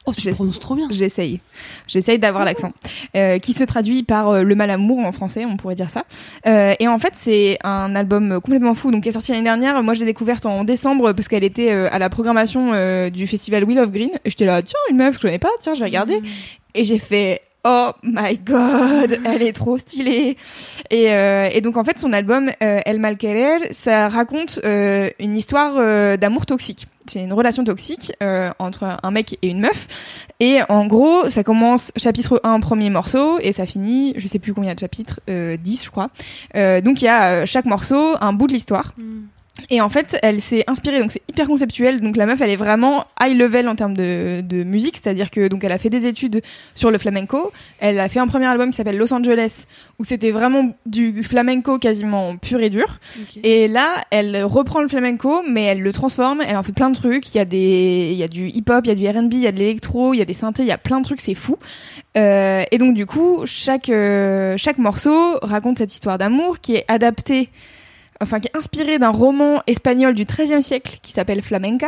Oh, tu le prononces trop bien.
J'essaye. J'essaye d'avoir l'accent. Euh, qui se traduit par euh, le mal amour en français, on pourrait dire ça. Euh, et en fait, c'est un album complètement fou. Donc, qui est sorti l'année dernière. Moi, je l'ai découverte en décembre parce qu'elle était euh, à la programmation euh, du festival Wheel of Green. Et j'étais là, tiens, une meuf que je connais pas, tiens, je vais regarder. Et j'ai fait. Oh my god, elle est trop stylée. Et, euh, et donc en fait son album euh, El Mal Querer, ça raconte euh, une histoire euh, d'amour toxique. C'est une relation toxique euh, entre un mec et une meuf. Et en gros, ça commence chapitre 1, premier morceau, et ça finit, je sais plus combien de chapitres, euh, 10 je crois. Euh, donc il y a euh, chaque morceau un bout de l'histoire. Et en fait, elle s'est inspirée, donc c'est hyper conceptuel. Donc la meuf, elle est vraiment high level en termes de, de musique, c'est-à-dire que donc elle a fait des études sur le flamenco. Elle a fait un premier album qui s'appelle Los Angeles, où c'était vraiment du flamenco quasiment pur et dur. Et là, elle reprend le flamenco, mais elle le transforme. Elle en fait plein de trucs. Il y a des, il y a du hip-hop, il y a du R&B, il y a de l'électro, il y a des synthés, il y a plein de trucs. C'est fou. Euh, et donc du coup, chaque euh, chaque morceau raconte cette histoire d'amour qui est adaptée enfin qui est inspiré d'un roman espagnol du XIIIe siècle qui s'appelle Flamenca,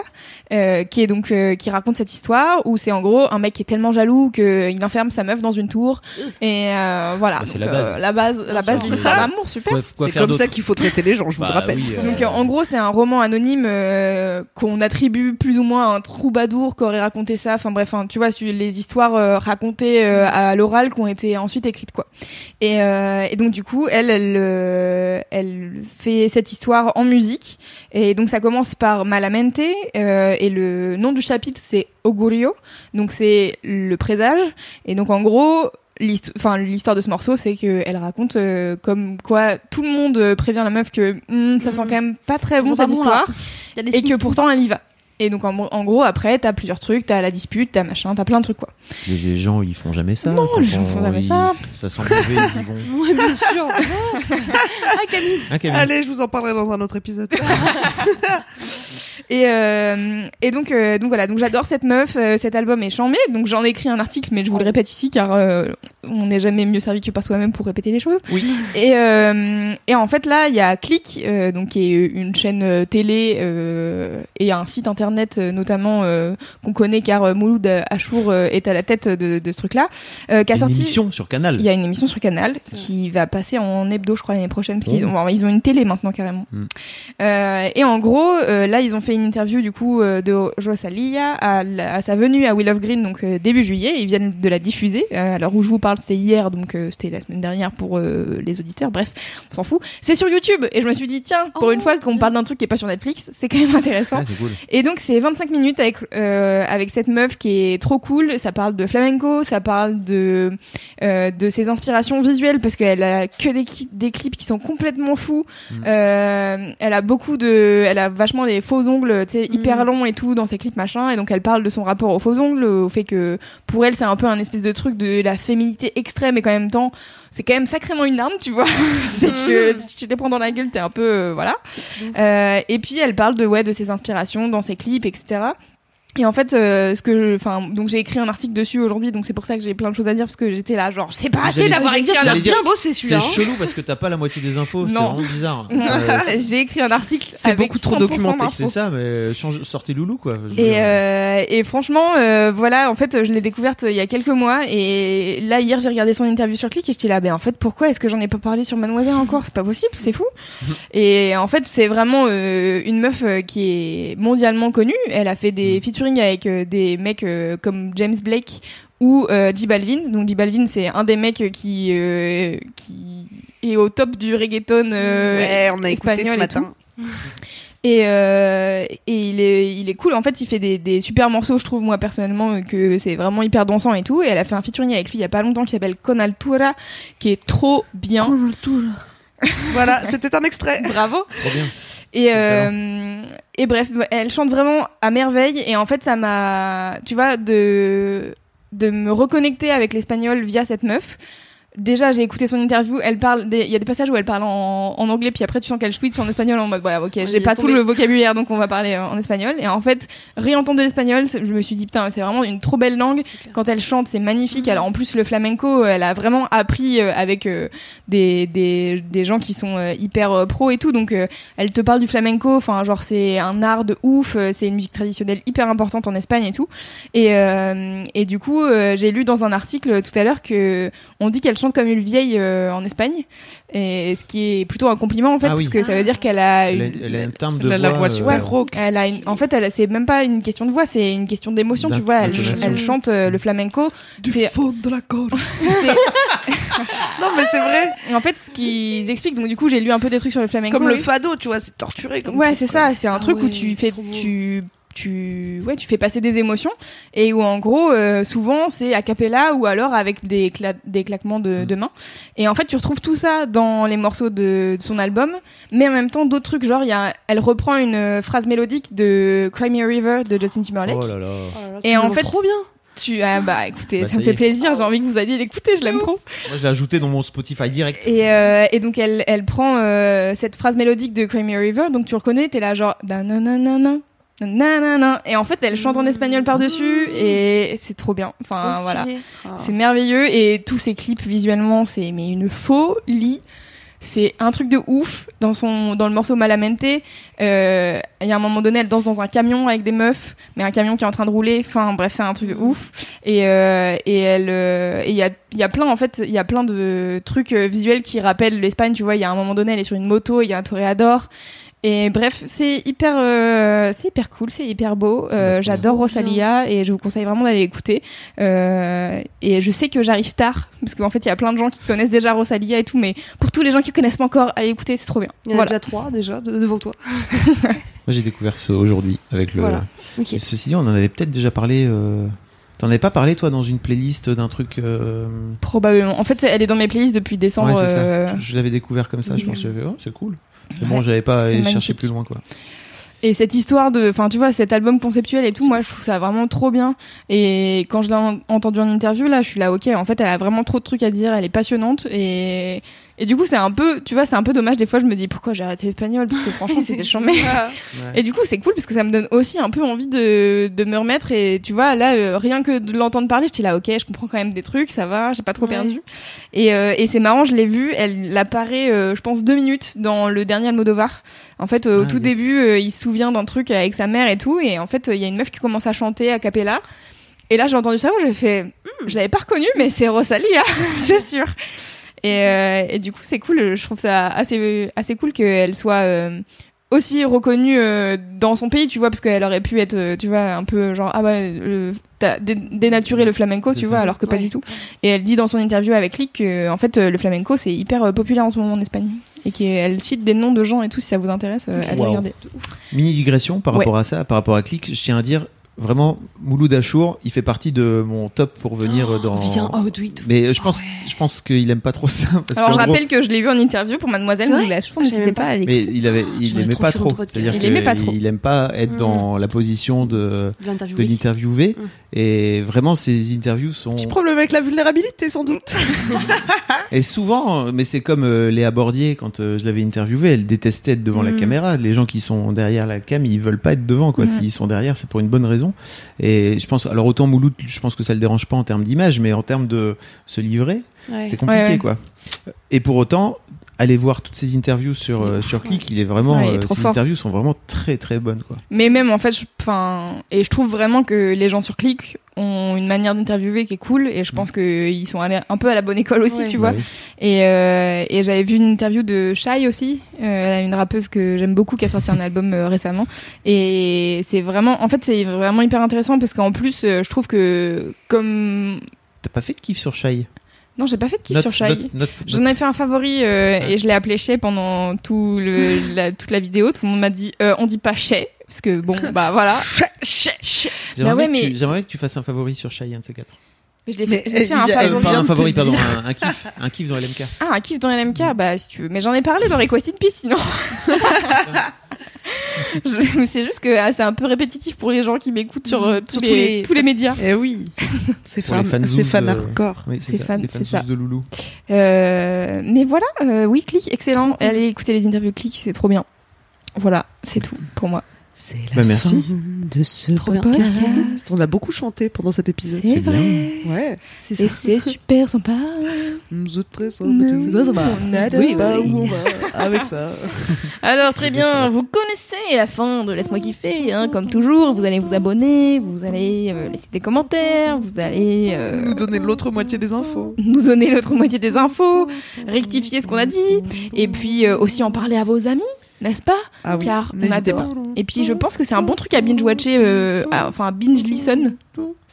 euh, qui est donc euh, qui raconte cette histoire où c'est en gros un mec qui est tellement jaloux que il enferme sa meuf dans une tour et euh, voilà
Bah, c'est
Donc,
la base.
euh, la base la base de l'histoire d'amour super
Quoi- quoi
C'est
faire
comme ça
d'autre
qu'il faut traiter les gens, je vous le
Bah
rappelle.
oui, euh,
donc euh, en gros c'est un roman anonyme euh, qu'on attribue plus ou moins à un troubadour qui aurait raconté ça. Enfin bref, hein, tu vois sur les histoires euh, racontées euh, à l'oral qui ont été ensuite écrites quoi. Et, euh, et donc du coup elle elle, euh, elle fait cette histoire en musique et donc ça commence par Malamente euh, et le nom du chapitre c'est Augurio donc c'est le présage et donc en gros l'histo- enfin, l'histoire de ce morceau c'est que elle raconte euh, comme quoi tout le monde euh, prévient la meuf que Hum, ça sent quand même pas très
Ça
bon
sent Mhm. pas
cette
bon, là.
histoire
Il y a des
et que
signes.
pourtant elle y va et donc en, en gros après t'as plusieurs trucs t'as la dispute t'as machin t'as plein de trucs quoi
Les, les gens, ils font jamais ça.
Non,
Quand
les gens
on-
font jamais
ils-
ça.
Ça sent mauvais, ils y vont.
Oui, bien sûr. ah, Camille.
Hein,
Euh,
Camille
Allez, je vous en parlerai dans un autre épisode.
Et, euh, et donc, euh, donc voilà, donc j'adore cette meuf, euh, cet album est chambé, donc j'en ai écrit un article, mais je vous le répète ici car euh, on n'est jamais mieux servi que par soi-même pour répéter les choses.
Oui.
Et, euh, et en fait là, il y a Click, euh, donc qui est une chaîne euh, télé euh, et un site internet euh, notamment euh, qu'on connaît car euh, Mouloud Achour euh, est à la tête de, de ce truc-là, euh, qui a
Une
sorti.
émission sur Canal.
Il y a une émission sur Canal qui va passer en hebdo, je crois, l'année prochaine. Parce qu'ils
Oh.
ont, ils ont une télé maintenant carrément.
Mm.
Euh, et en gros, euh, là, ils ont fait une interview du coup euh, de Rosalia à, la- à sa venue à Will of Green, donc euh, début juillet. Ils viennent de la diffuser. Euh, alors où je vous parle, c'était hier, donc euh, c'était la semaine dernière pour euh, les auditeurs. Bref, on s'en fout. C'est sur YouTube. Et je me suis dit, tiens, pour une fois qu'on parle d'un truc qui est pas sur Netflix, c'est quand même intéressant.
Ah, c'est cool.
Et donc c'est 25 minutes avec euh, avec cette meuf qui est trop cool. Ça parle de flamenco, ça parle de euh, de ses inspirations visuelles parce qu'elle a que des, qui- des clips qui sont complètement fous. Euh, elle a beaucoup de, elle a vachement des faux ongles, tu sais, hyper longs et tout dans ses clips machin. Et donc elle parle de son rapport aux faux ongles, au fait que pour elle c'est un peu un espèce de truc de la féminité extrême et qu'en même temps c'est quand même sacrément une larme, tu vois. c'est que
Mm.
tu- tu te les prends dans la gueule, t'es un peu euh, voilà. Euh, et puis elle parle de ouais de ses inspirations dans ses clips, etc. Et en fait, euh, ce que, enfin, donc j'ai écrit un article dessus aujourd'hui, donc c'est pour ça que j'ai plein de choses à dire parce que j'étais là, genre, c'est pas assez
J'allais-
d'avoir
j'allais
écrit
dire,
un
j'allais
article.
dire,
c'est
celui-là,
C'est
hein.
chelou parce que t'as pas la moitié des infos. C'est
Non.
vraiment bizarre. Euh, c'est-
j'ai écrit un article.
C'est
avec
beaucoup trop
100%
documenté,
d'infos.
c'est ça, mais change- sortez Loulou quoi. Je veux dire.
hein.
Et, euh, et franchement, euh, voilà, en fait, je l'ai découverte euh, il y a quelques mois et là hier j'ai regardé son interview sur Click et j'étais là, ben en fait, pourquoi est-ce que j'en ai pas parlé sur Mademoiselle encore C'est pas possible, c'est fou. et en fait, c'est vraiment euh, une meuf euh, qui est mondialement connue. Elle a fait des featuring avec euh, des mecs euh, comme James Blake ou euh, J Balvin. Donc J Balvin, c'est un des mecs qui euh, qui est au top du reggaeton euh,
ouais, on a écouté
espagnol
ce
et tout.
matin.
Et, euh, et il, est, il est cool. En fait, il fait des, des super morceaux, je trouve, moi, personnellement, euh, que c'est vraiment hyper dansant et tout. Et elle a fait un featuring avec lui il y a pas longtemps qui s'appelle Con Altura, qui est trop bien.
Voilà, c'était un extrait.
Bravo.
Trop bien.
Et, euh, et bref, elle chante vraiment à merveille. Et en fait, ça m'a, tu vois, de, de me reconnecter avec l'espagnol via cette meuf. Déjà, j'ai écouté son interview. Elle parle, des- il y a des passages où elle parle en, en anglais, puis après tu sens qu'elle switch en espagnol en mode, voilà, ok, j'ai
laisse
pas tout
tomber.
le vocabulaire, donc on va parler euh, en espagnol. Et en fait, réentendre de l'espagnol, c'est- je me suis dit putain, c'est vraiment une trop belle langue. Quand elle chante, c'est magnifique. Alors en plus, le flamenco, elle a vraiment appris euh, avec euh, des, des des gens qui sont euh, hyper euh, pros et tout. Donc euh, elle te parle du flamenco. Enfin, genre c'est un art de ouf. euh, C'est une musique traditionnelle hyper importante en Espagne et tout. Et euh, et du coup, euh, j'ai lu dans un article tout à l'heure que on dit qu'elle chante comme une vieille euh, en Espagne. Et ce qui est plutôt un compliment en fait,
Ah oui.
parce que ça veut dire qu'elle a
Elle a,
une-
elle a un timbre de
Elle a la voix super
euh,
rauque.
elle a une- en fait, elle, c'est même pas une question de voix, c'est une question d'émotion, tu
D'in-
vois. Elle,
d'intonation.
elle chante euh, le flamenco. Du fond de la gorge. non, mais c'est vrai. En fait, ce qu'ils expliquent, donc du coup, j'ai lu un peu des trucs sur le flamenco.
Comme le
et-
fado, tu vois, c'est torturé. Comme
Ouais,
truc,
c'est
quoi.
ça. C'est
Ah
un truc où tu fais, tu, tu, ouais, tu fais passer des émotions et où en gros, euh, souvent, c'est a cappella ou alors avec des, cla- des claquements
Mm.
de, de mains. Et en fait, tu retrouves tout ça dans les morceaux de, de son album, mais en même temps, d'autres trucs. Genre, il y a, elle reprend une euh, phrase mélodique de Cry Me a River de Justin Timberlake.
Oh là là.
Et en fait,
trop bien.
Tu, ah bah écoutez,
Bah,
ça
ça
me
y
fait
est.
plaisir. J'ai envie que vous alliez l'écouter. Je l'aime trop.
Moi, je l'ai ajouté dans mon Spotify direct.
Et, euh, et donc elle, elle prend euh, cette phrase mélodique de Crimey River, donc tu reconnais, t'es là genre nananana, nananana. et en fait elle chante en espagnol par-dessus et c'est trop bien. Enfin
Trop
voilà,
stylé. Ah.
c'est merveilleux et tous ces clips visuellement c'est mais une folie. C'est un truc de ouf dans son dans le morceau Malamente. euh, Il y a un moment donné, elle danse dans un camion avec des meufs, mais un camion qui est en train de rouler. Enfin bref, c'est un truc de ouf. Et euh, et elle euh, et il y a il y a plein en fait il y a plein de trucs euh, visuels qui rappellent l'Espagne. Tu vois, il y a un moment donné, elle est sur une moto, il y a un toréador. Et bref, c'est hyper, euh, c'est hyper cool, c'est hyper beau. Euh, J'adore Rosalia et je vous conseille vraiment d'aller l'écouter. Euh, et je sais que j'arrive tard parce qu'en fait, il y a plein de gens qui connaissent déjà Rosalia et tout, mais pour tous les gens qui connaissent pas encore, allez écouter, c'est trop bien.
Il y en a
Voilà.
déjà trois déjà de- devant toi.
Moi, j'ai découvert ce aujourd'hui avec le.
Voilà. Ok.
Ceci dit, on en avait peut-être déjà parlé. euh, T'en avais pas parlé toi dans une playlist d'un truc. euh,
Probablement. En fait, elle est dans mes playlists depuis décembre.
ouais, c'est ça.
euh,
Je, je l'avais découvert comme ça. Je
oui.
pense j'avais fait, oh, c'est cool. Mais
Ouais,
bon, j'avais pas
c'est
allé chercher
magnifique.
plus loin quoi.
Et cette histoire de, enfin, tu vois, cet album conceptuel et tout, moi, je trouve ça vraiment trop bien. Et quand je l'ai en- entendu en interview, là, je suis là, ok, en fait, elle a vraiment trop de trucs à dire, elle est passionnante. Et, et du coup, c'est un peu, tu vois, c'est un peu dommage. Des fois, je me dis, pourquoi j'ai arrêté l'espagnol? Parce que franchement, c'était chambé. Et du coup, c'est cool parce que ça me donne aussi un peu envie de, de me remettre. Et tu vois, là, euh, rien que de l'entendre parler, j'étais là, ok, je comprends quand même des trucs, ça va, j'ai pas trop
Ouais.
perdu. Et, euh, et c'est marrant, je l'ai vue, elle apparaît, euh, je pense, deux minutes dans le dernier Almodovar. En fait, euh, au
Ah,
tout
yes.
début, euh, il se souvient d'un truc avec sa mère et tout. Et en fait, euh, il y a une meuf qui commence à chanter à cappella. Et là, j'ai entendu ça, j'ai fait, Hmm, je l'avais pas reconnue, mais c'est Rosalia, c'est sûr.
Mhm.
Et, euh, et du coup, c'est cool. Je trouve ça assez, assez cool qu'elle soit euh, aussi reconnue euh, dans son pays, tu vois, parce qu'elle aurait pu être, euh, tu vois, un peu genre, ah bah, le- t'as dé- dénaturé le flamenco,
C'est
tu
ça.
vois, alors que pas
Ouais.
du tout. Et elle dit dans son interview avec Lick que, en fait, euh, le flamenco, c'est hyper euh, populaire en ce moment en Espagne. Et qu'elle cite des noms de gens et tout, si ça vous intéresse, euh, allez
Wow.
regarder.
Mini digression par
Ouais.
rapport à ça, par rapport à Click, je tiens à dire vraiment Mouloud Achour, il fait partie de mon top pour venir euh, dans.
Viens, oh, tweet.
Mais euh, je pense, je pense qu'il aime pas trop ça. parce
Ah Alors,
qu'en
je
gros-
rappelle que je l'ai vu en interview pour Mademoiselle,
C'est vrai Ah,
donc là, je pense que
Je savais
j'étais
même
pas à l'écoute.
Mais il avait, il
J'aimerais
aimait
trop
pas
le faire dans
trop.
ton podcast.
C'est-à-dire
Il aimait pas trop.
qu'il aime pas être
Mm.
dans la position de,
De
de
l'interviewer.
l'interviewé.
Mm.
Et vraiment, ses interviews sont.
Petit problème avec la vulnérabilité, sans doute.
Et souvent, mais c'est comme euh, Léa Bordier, quand euh, je l'avais interviewée, elle détestait être devant la
Mm.
caméra. Les gens qui sont derrière la cam, ils veulent pas être devant, quoi.
Ouais.
S'ils sont derrière, c'est pour une bonne raison. Et je pense, alors autant Mouloud, je pense que ça le dérange pas en termes d'image, mais en termes de se livrer,
Ouais.
c'est compliqué,
Ouais, ouais.
quoi. Et pour autant, allez voir toutes ses interviews sur, euh, sur Click, il est vraiment,
Ouais, il est
euh,
trop
ses
fort.
interviews sont vraiment très très bonnes, quoi.
Mais même en fait, je- enfin, et je trouve vraiment que les gens sur Click ont une manière d'interviewer qui est cool, et je pense qu'ils sont allés un peu à la bonne école aussi,
Ouais.
tu vois.
Bah oui.
Et, euh, et j'avais vu une interview de Shai aussi, euh, elle a une rappeuse que j'aime beaucoup qui a sorti un album euh, récemment, et c'est vraiment, en fait, c'est vraiment hyper intéressant parce qu'en plus, euh, je trouve que comme
T'as pas fait de kiff sur Shai
non, j'ai pas fait de kiff
Note-
sur Shai.
note- note-
J'en ai fait un favori euh, et je l'ai appelé Chez pendant tout le, la- toute la vidéo. Tout le monde m'a dit euh, on dit pas Chez parce que bon bah voilà. Chez, Chez, Chez.
J'aimerais
Bah ouais,
que tu-
mais-
j'aimerais que tu fasses un favori sur Shai, un de ces quatre.
Mais je l'ai fait, j'ai fait un
Euh,
favori.
pardon, un favori, pardon, un, un kiff, un kiff dans LMK.
Ah, un kiff dans LMK, bah si tu veux. Mais j'en ai parlé dans Request in Peace, sinon. Je- c'est juste que ah, c'est un peu répétitif pour les gens qui m'écoutent sur euh, tous,
Sur
les, tous les médias.
Eh oui, c'est
Pour les
fan,
fanzous
c'est fan
de-
euh.
hardcore.
Oui, c'est
C'est
ça,
fan-
les
c'est
fanzous
ça.
de Loulou.
Euh, mais voilà, euh, Weekly, excellent. Allez écouter les interviews Click, c'est trop bien. Voilà, c'est tout pour moi.
C'est
Bah, merci.
de ce
Trop bien. podcast.
On a beaucoup chanté pendant cet épisode.
C'est vrai.
Ouais.
Et c'est super sympa.
Nous autres, très sympa.
Nous, on adore. Euh,
Oui, bah, où on va avec ça.
Alors très bien, vous connaissez la fin de Laisse-moi kiffer, hein, comme toujours, vous allez vous abonner, vous allez euh, laisser des commentaires, vous allez euh,
Nous donner l'autre moitié des infos.
nous donner l'autre moitié des infos, rectifier ce qu'on a
Mmh.
dit, et puis euh, aussi en parler à vos amis, n'est-ce pas
Ah oui,
Car on
n'hésitez
adore. Et puis
Mmh.
je pense que c'est un bon truc à binge-watcher, euh, à- enfin à binge-listen.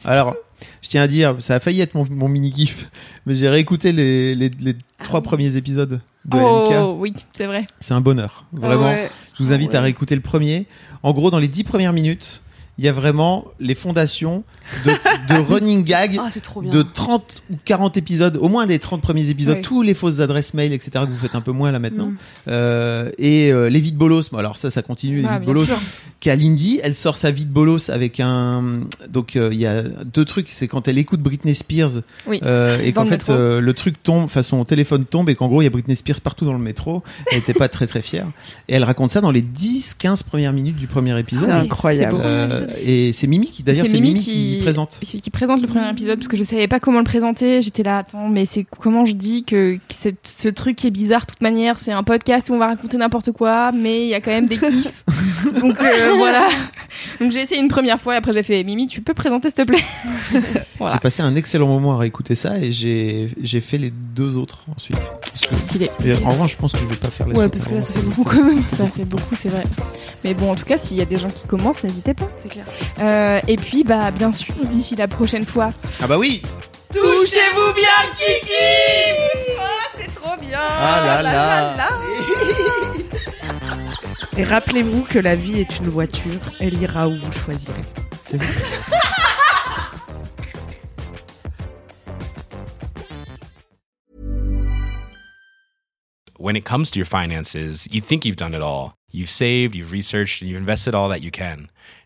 Alors, je tiens à dire, ça a failli être mon, mon mini-kiff, mais j'ai réécouté les, les, les trois premiers épisodes de LMK.
Ah Oh oui, c'est vrai.
C'est un bonheur, vraiment.
Ah ouais.
Je vous invite
Ah ouais.
à réécouter le premier. En gros, dans les dix premières minutes, il y a vraiment les fondations de, de running gag
Ah, c'est
Oh,
trop bien.
de 30 ou 40 épisodes, au moins des 30 premiers épisodes,
Oui.
tous les fausses adresses mail, etc. que vous faites un peu moins là maintenant.
Mm.
Euh, et euh, les vides bolos, Bon, alors ça, ça continue, les
Ah,
vides
bien
bolos.
sûr.
Kalindi, elle sort sa vide bolos avec un. Donc euh, il y a deux trucs, c'est quand elle écoute Britney Spears
Oui.
euh, et
Dans
qu'en
le
fait
métro.
euh, le truc tombe, enfin son téléphone tombe et qu'en gros il y a Britney Spears partout dans le métro. Elle était pas très très fière. Et elle raconte ça dans les 10-15 premières minutes du premier épisode.
C'est
Ah,
incroyable.
Euh, et c'est Mimi qui, d'ailleurs, c'est Mimi, qui présente.
qui- qui présente le premier épisode parce que je savais pas comment le présenter. J'étais là, attends, mais c'est comment je dis que, que c'est- ce truc est bizarre de toute manière. C'est un podcast où on va raconter n'importe quoi, mais il y a quand même des kiffs. Donc euh, voilà. Donc j'ai essayé une première fois et après j'ai fait Mimi, tu peux présenter s'il te plaît. Voilà.
J'ai passé un excellent moment à réécouter ça et j'ai j'ai fait les deux autres ensuite. Parce que-
Stylé.
Et en revanche, je pense que je vais pas faire les
Ouais,
autres,
parce que là
vraiment,
ça fait
c'est-
beaucoup quand même. Ça fait beaucoup, c'est vrai. Mais bon, en tout cas, s'il y a des gens qui commencent, n'hésitez pas. C'est clair. et puis, bah, bien sûr, d'ici la prochaine fois,
Ah bah oui
Touchez-vous bien, Kiki Ah, c'est trop bien
Ah là là.
Et rappelez-vous que la vie est une voiture, elle ira où vous choisirez.
C'est vrai.
when it comes to your finances, you think you've done it all. You've saved, you've researched, and you've invested all that you can.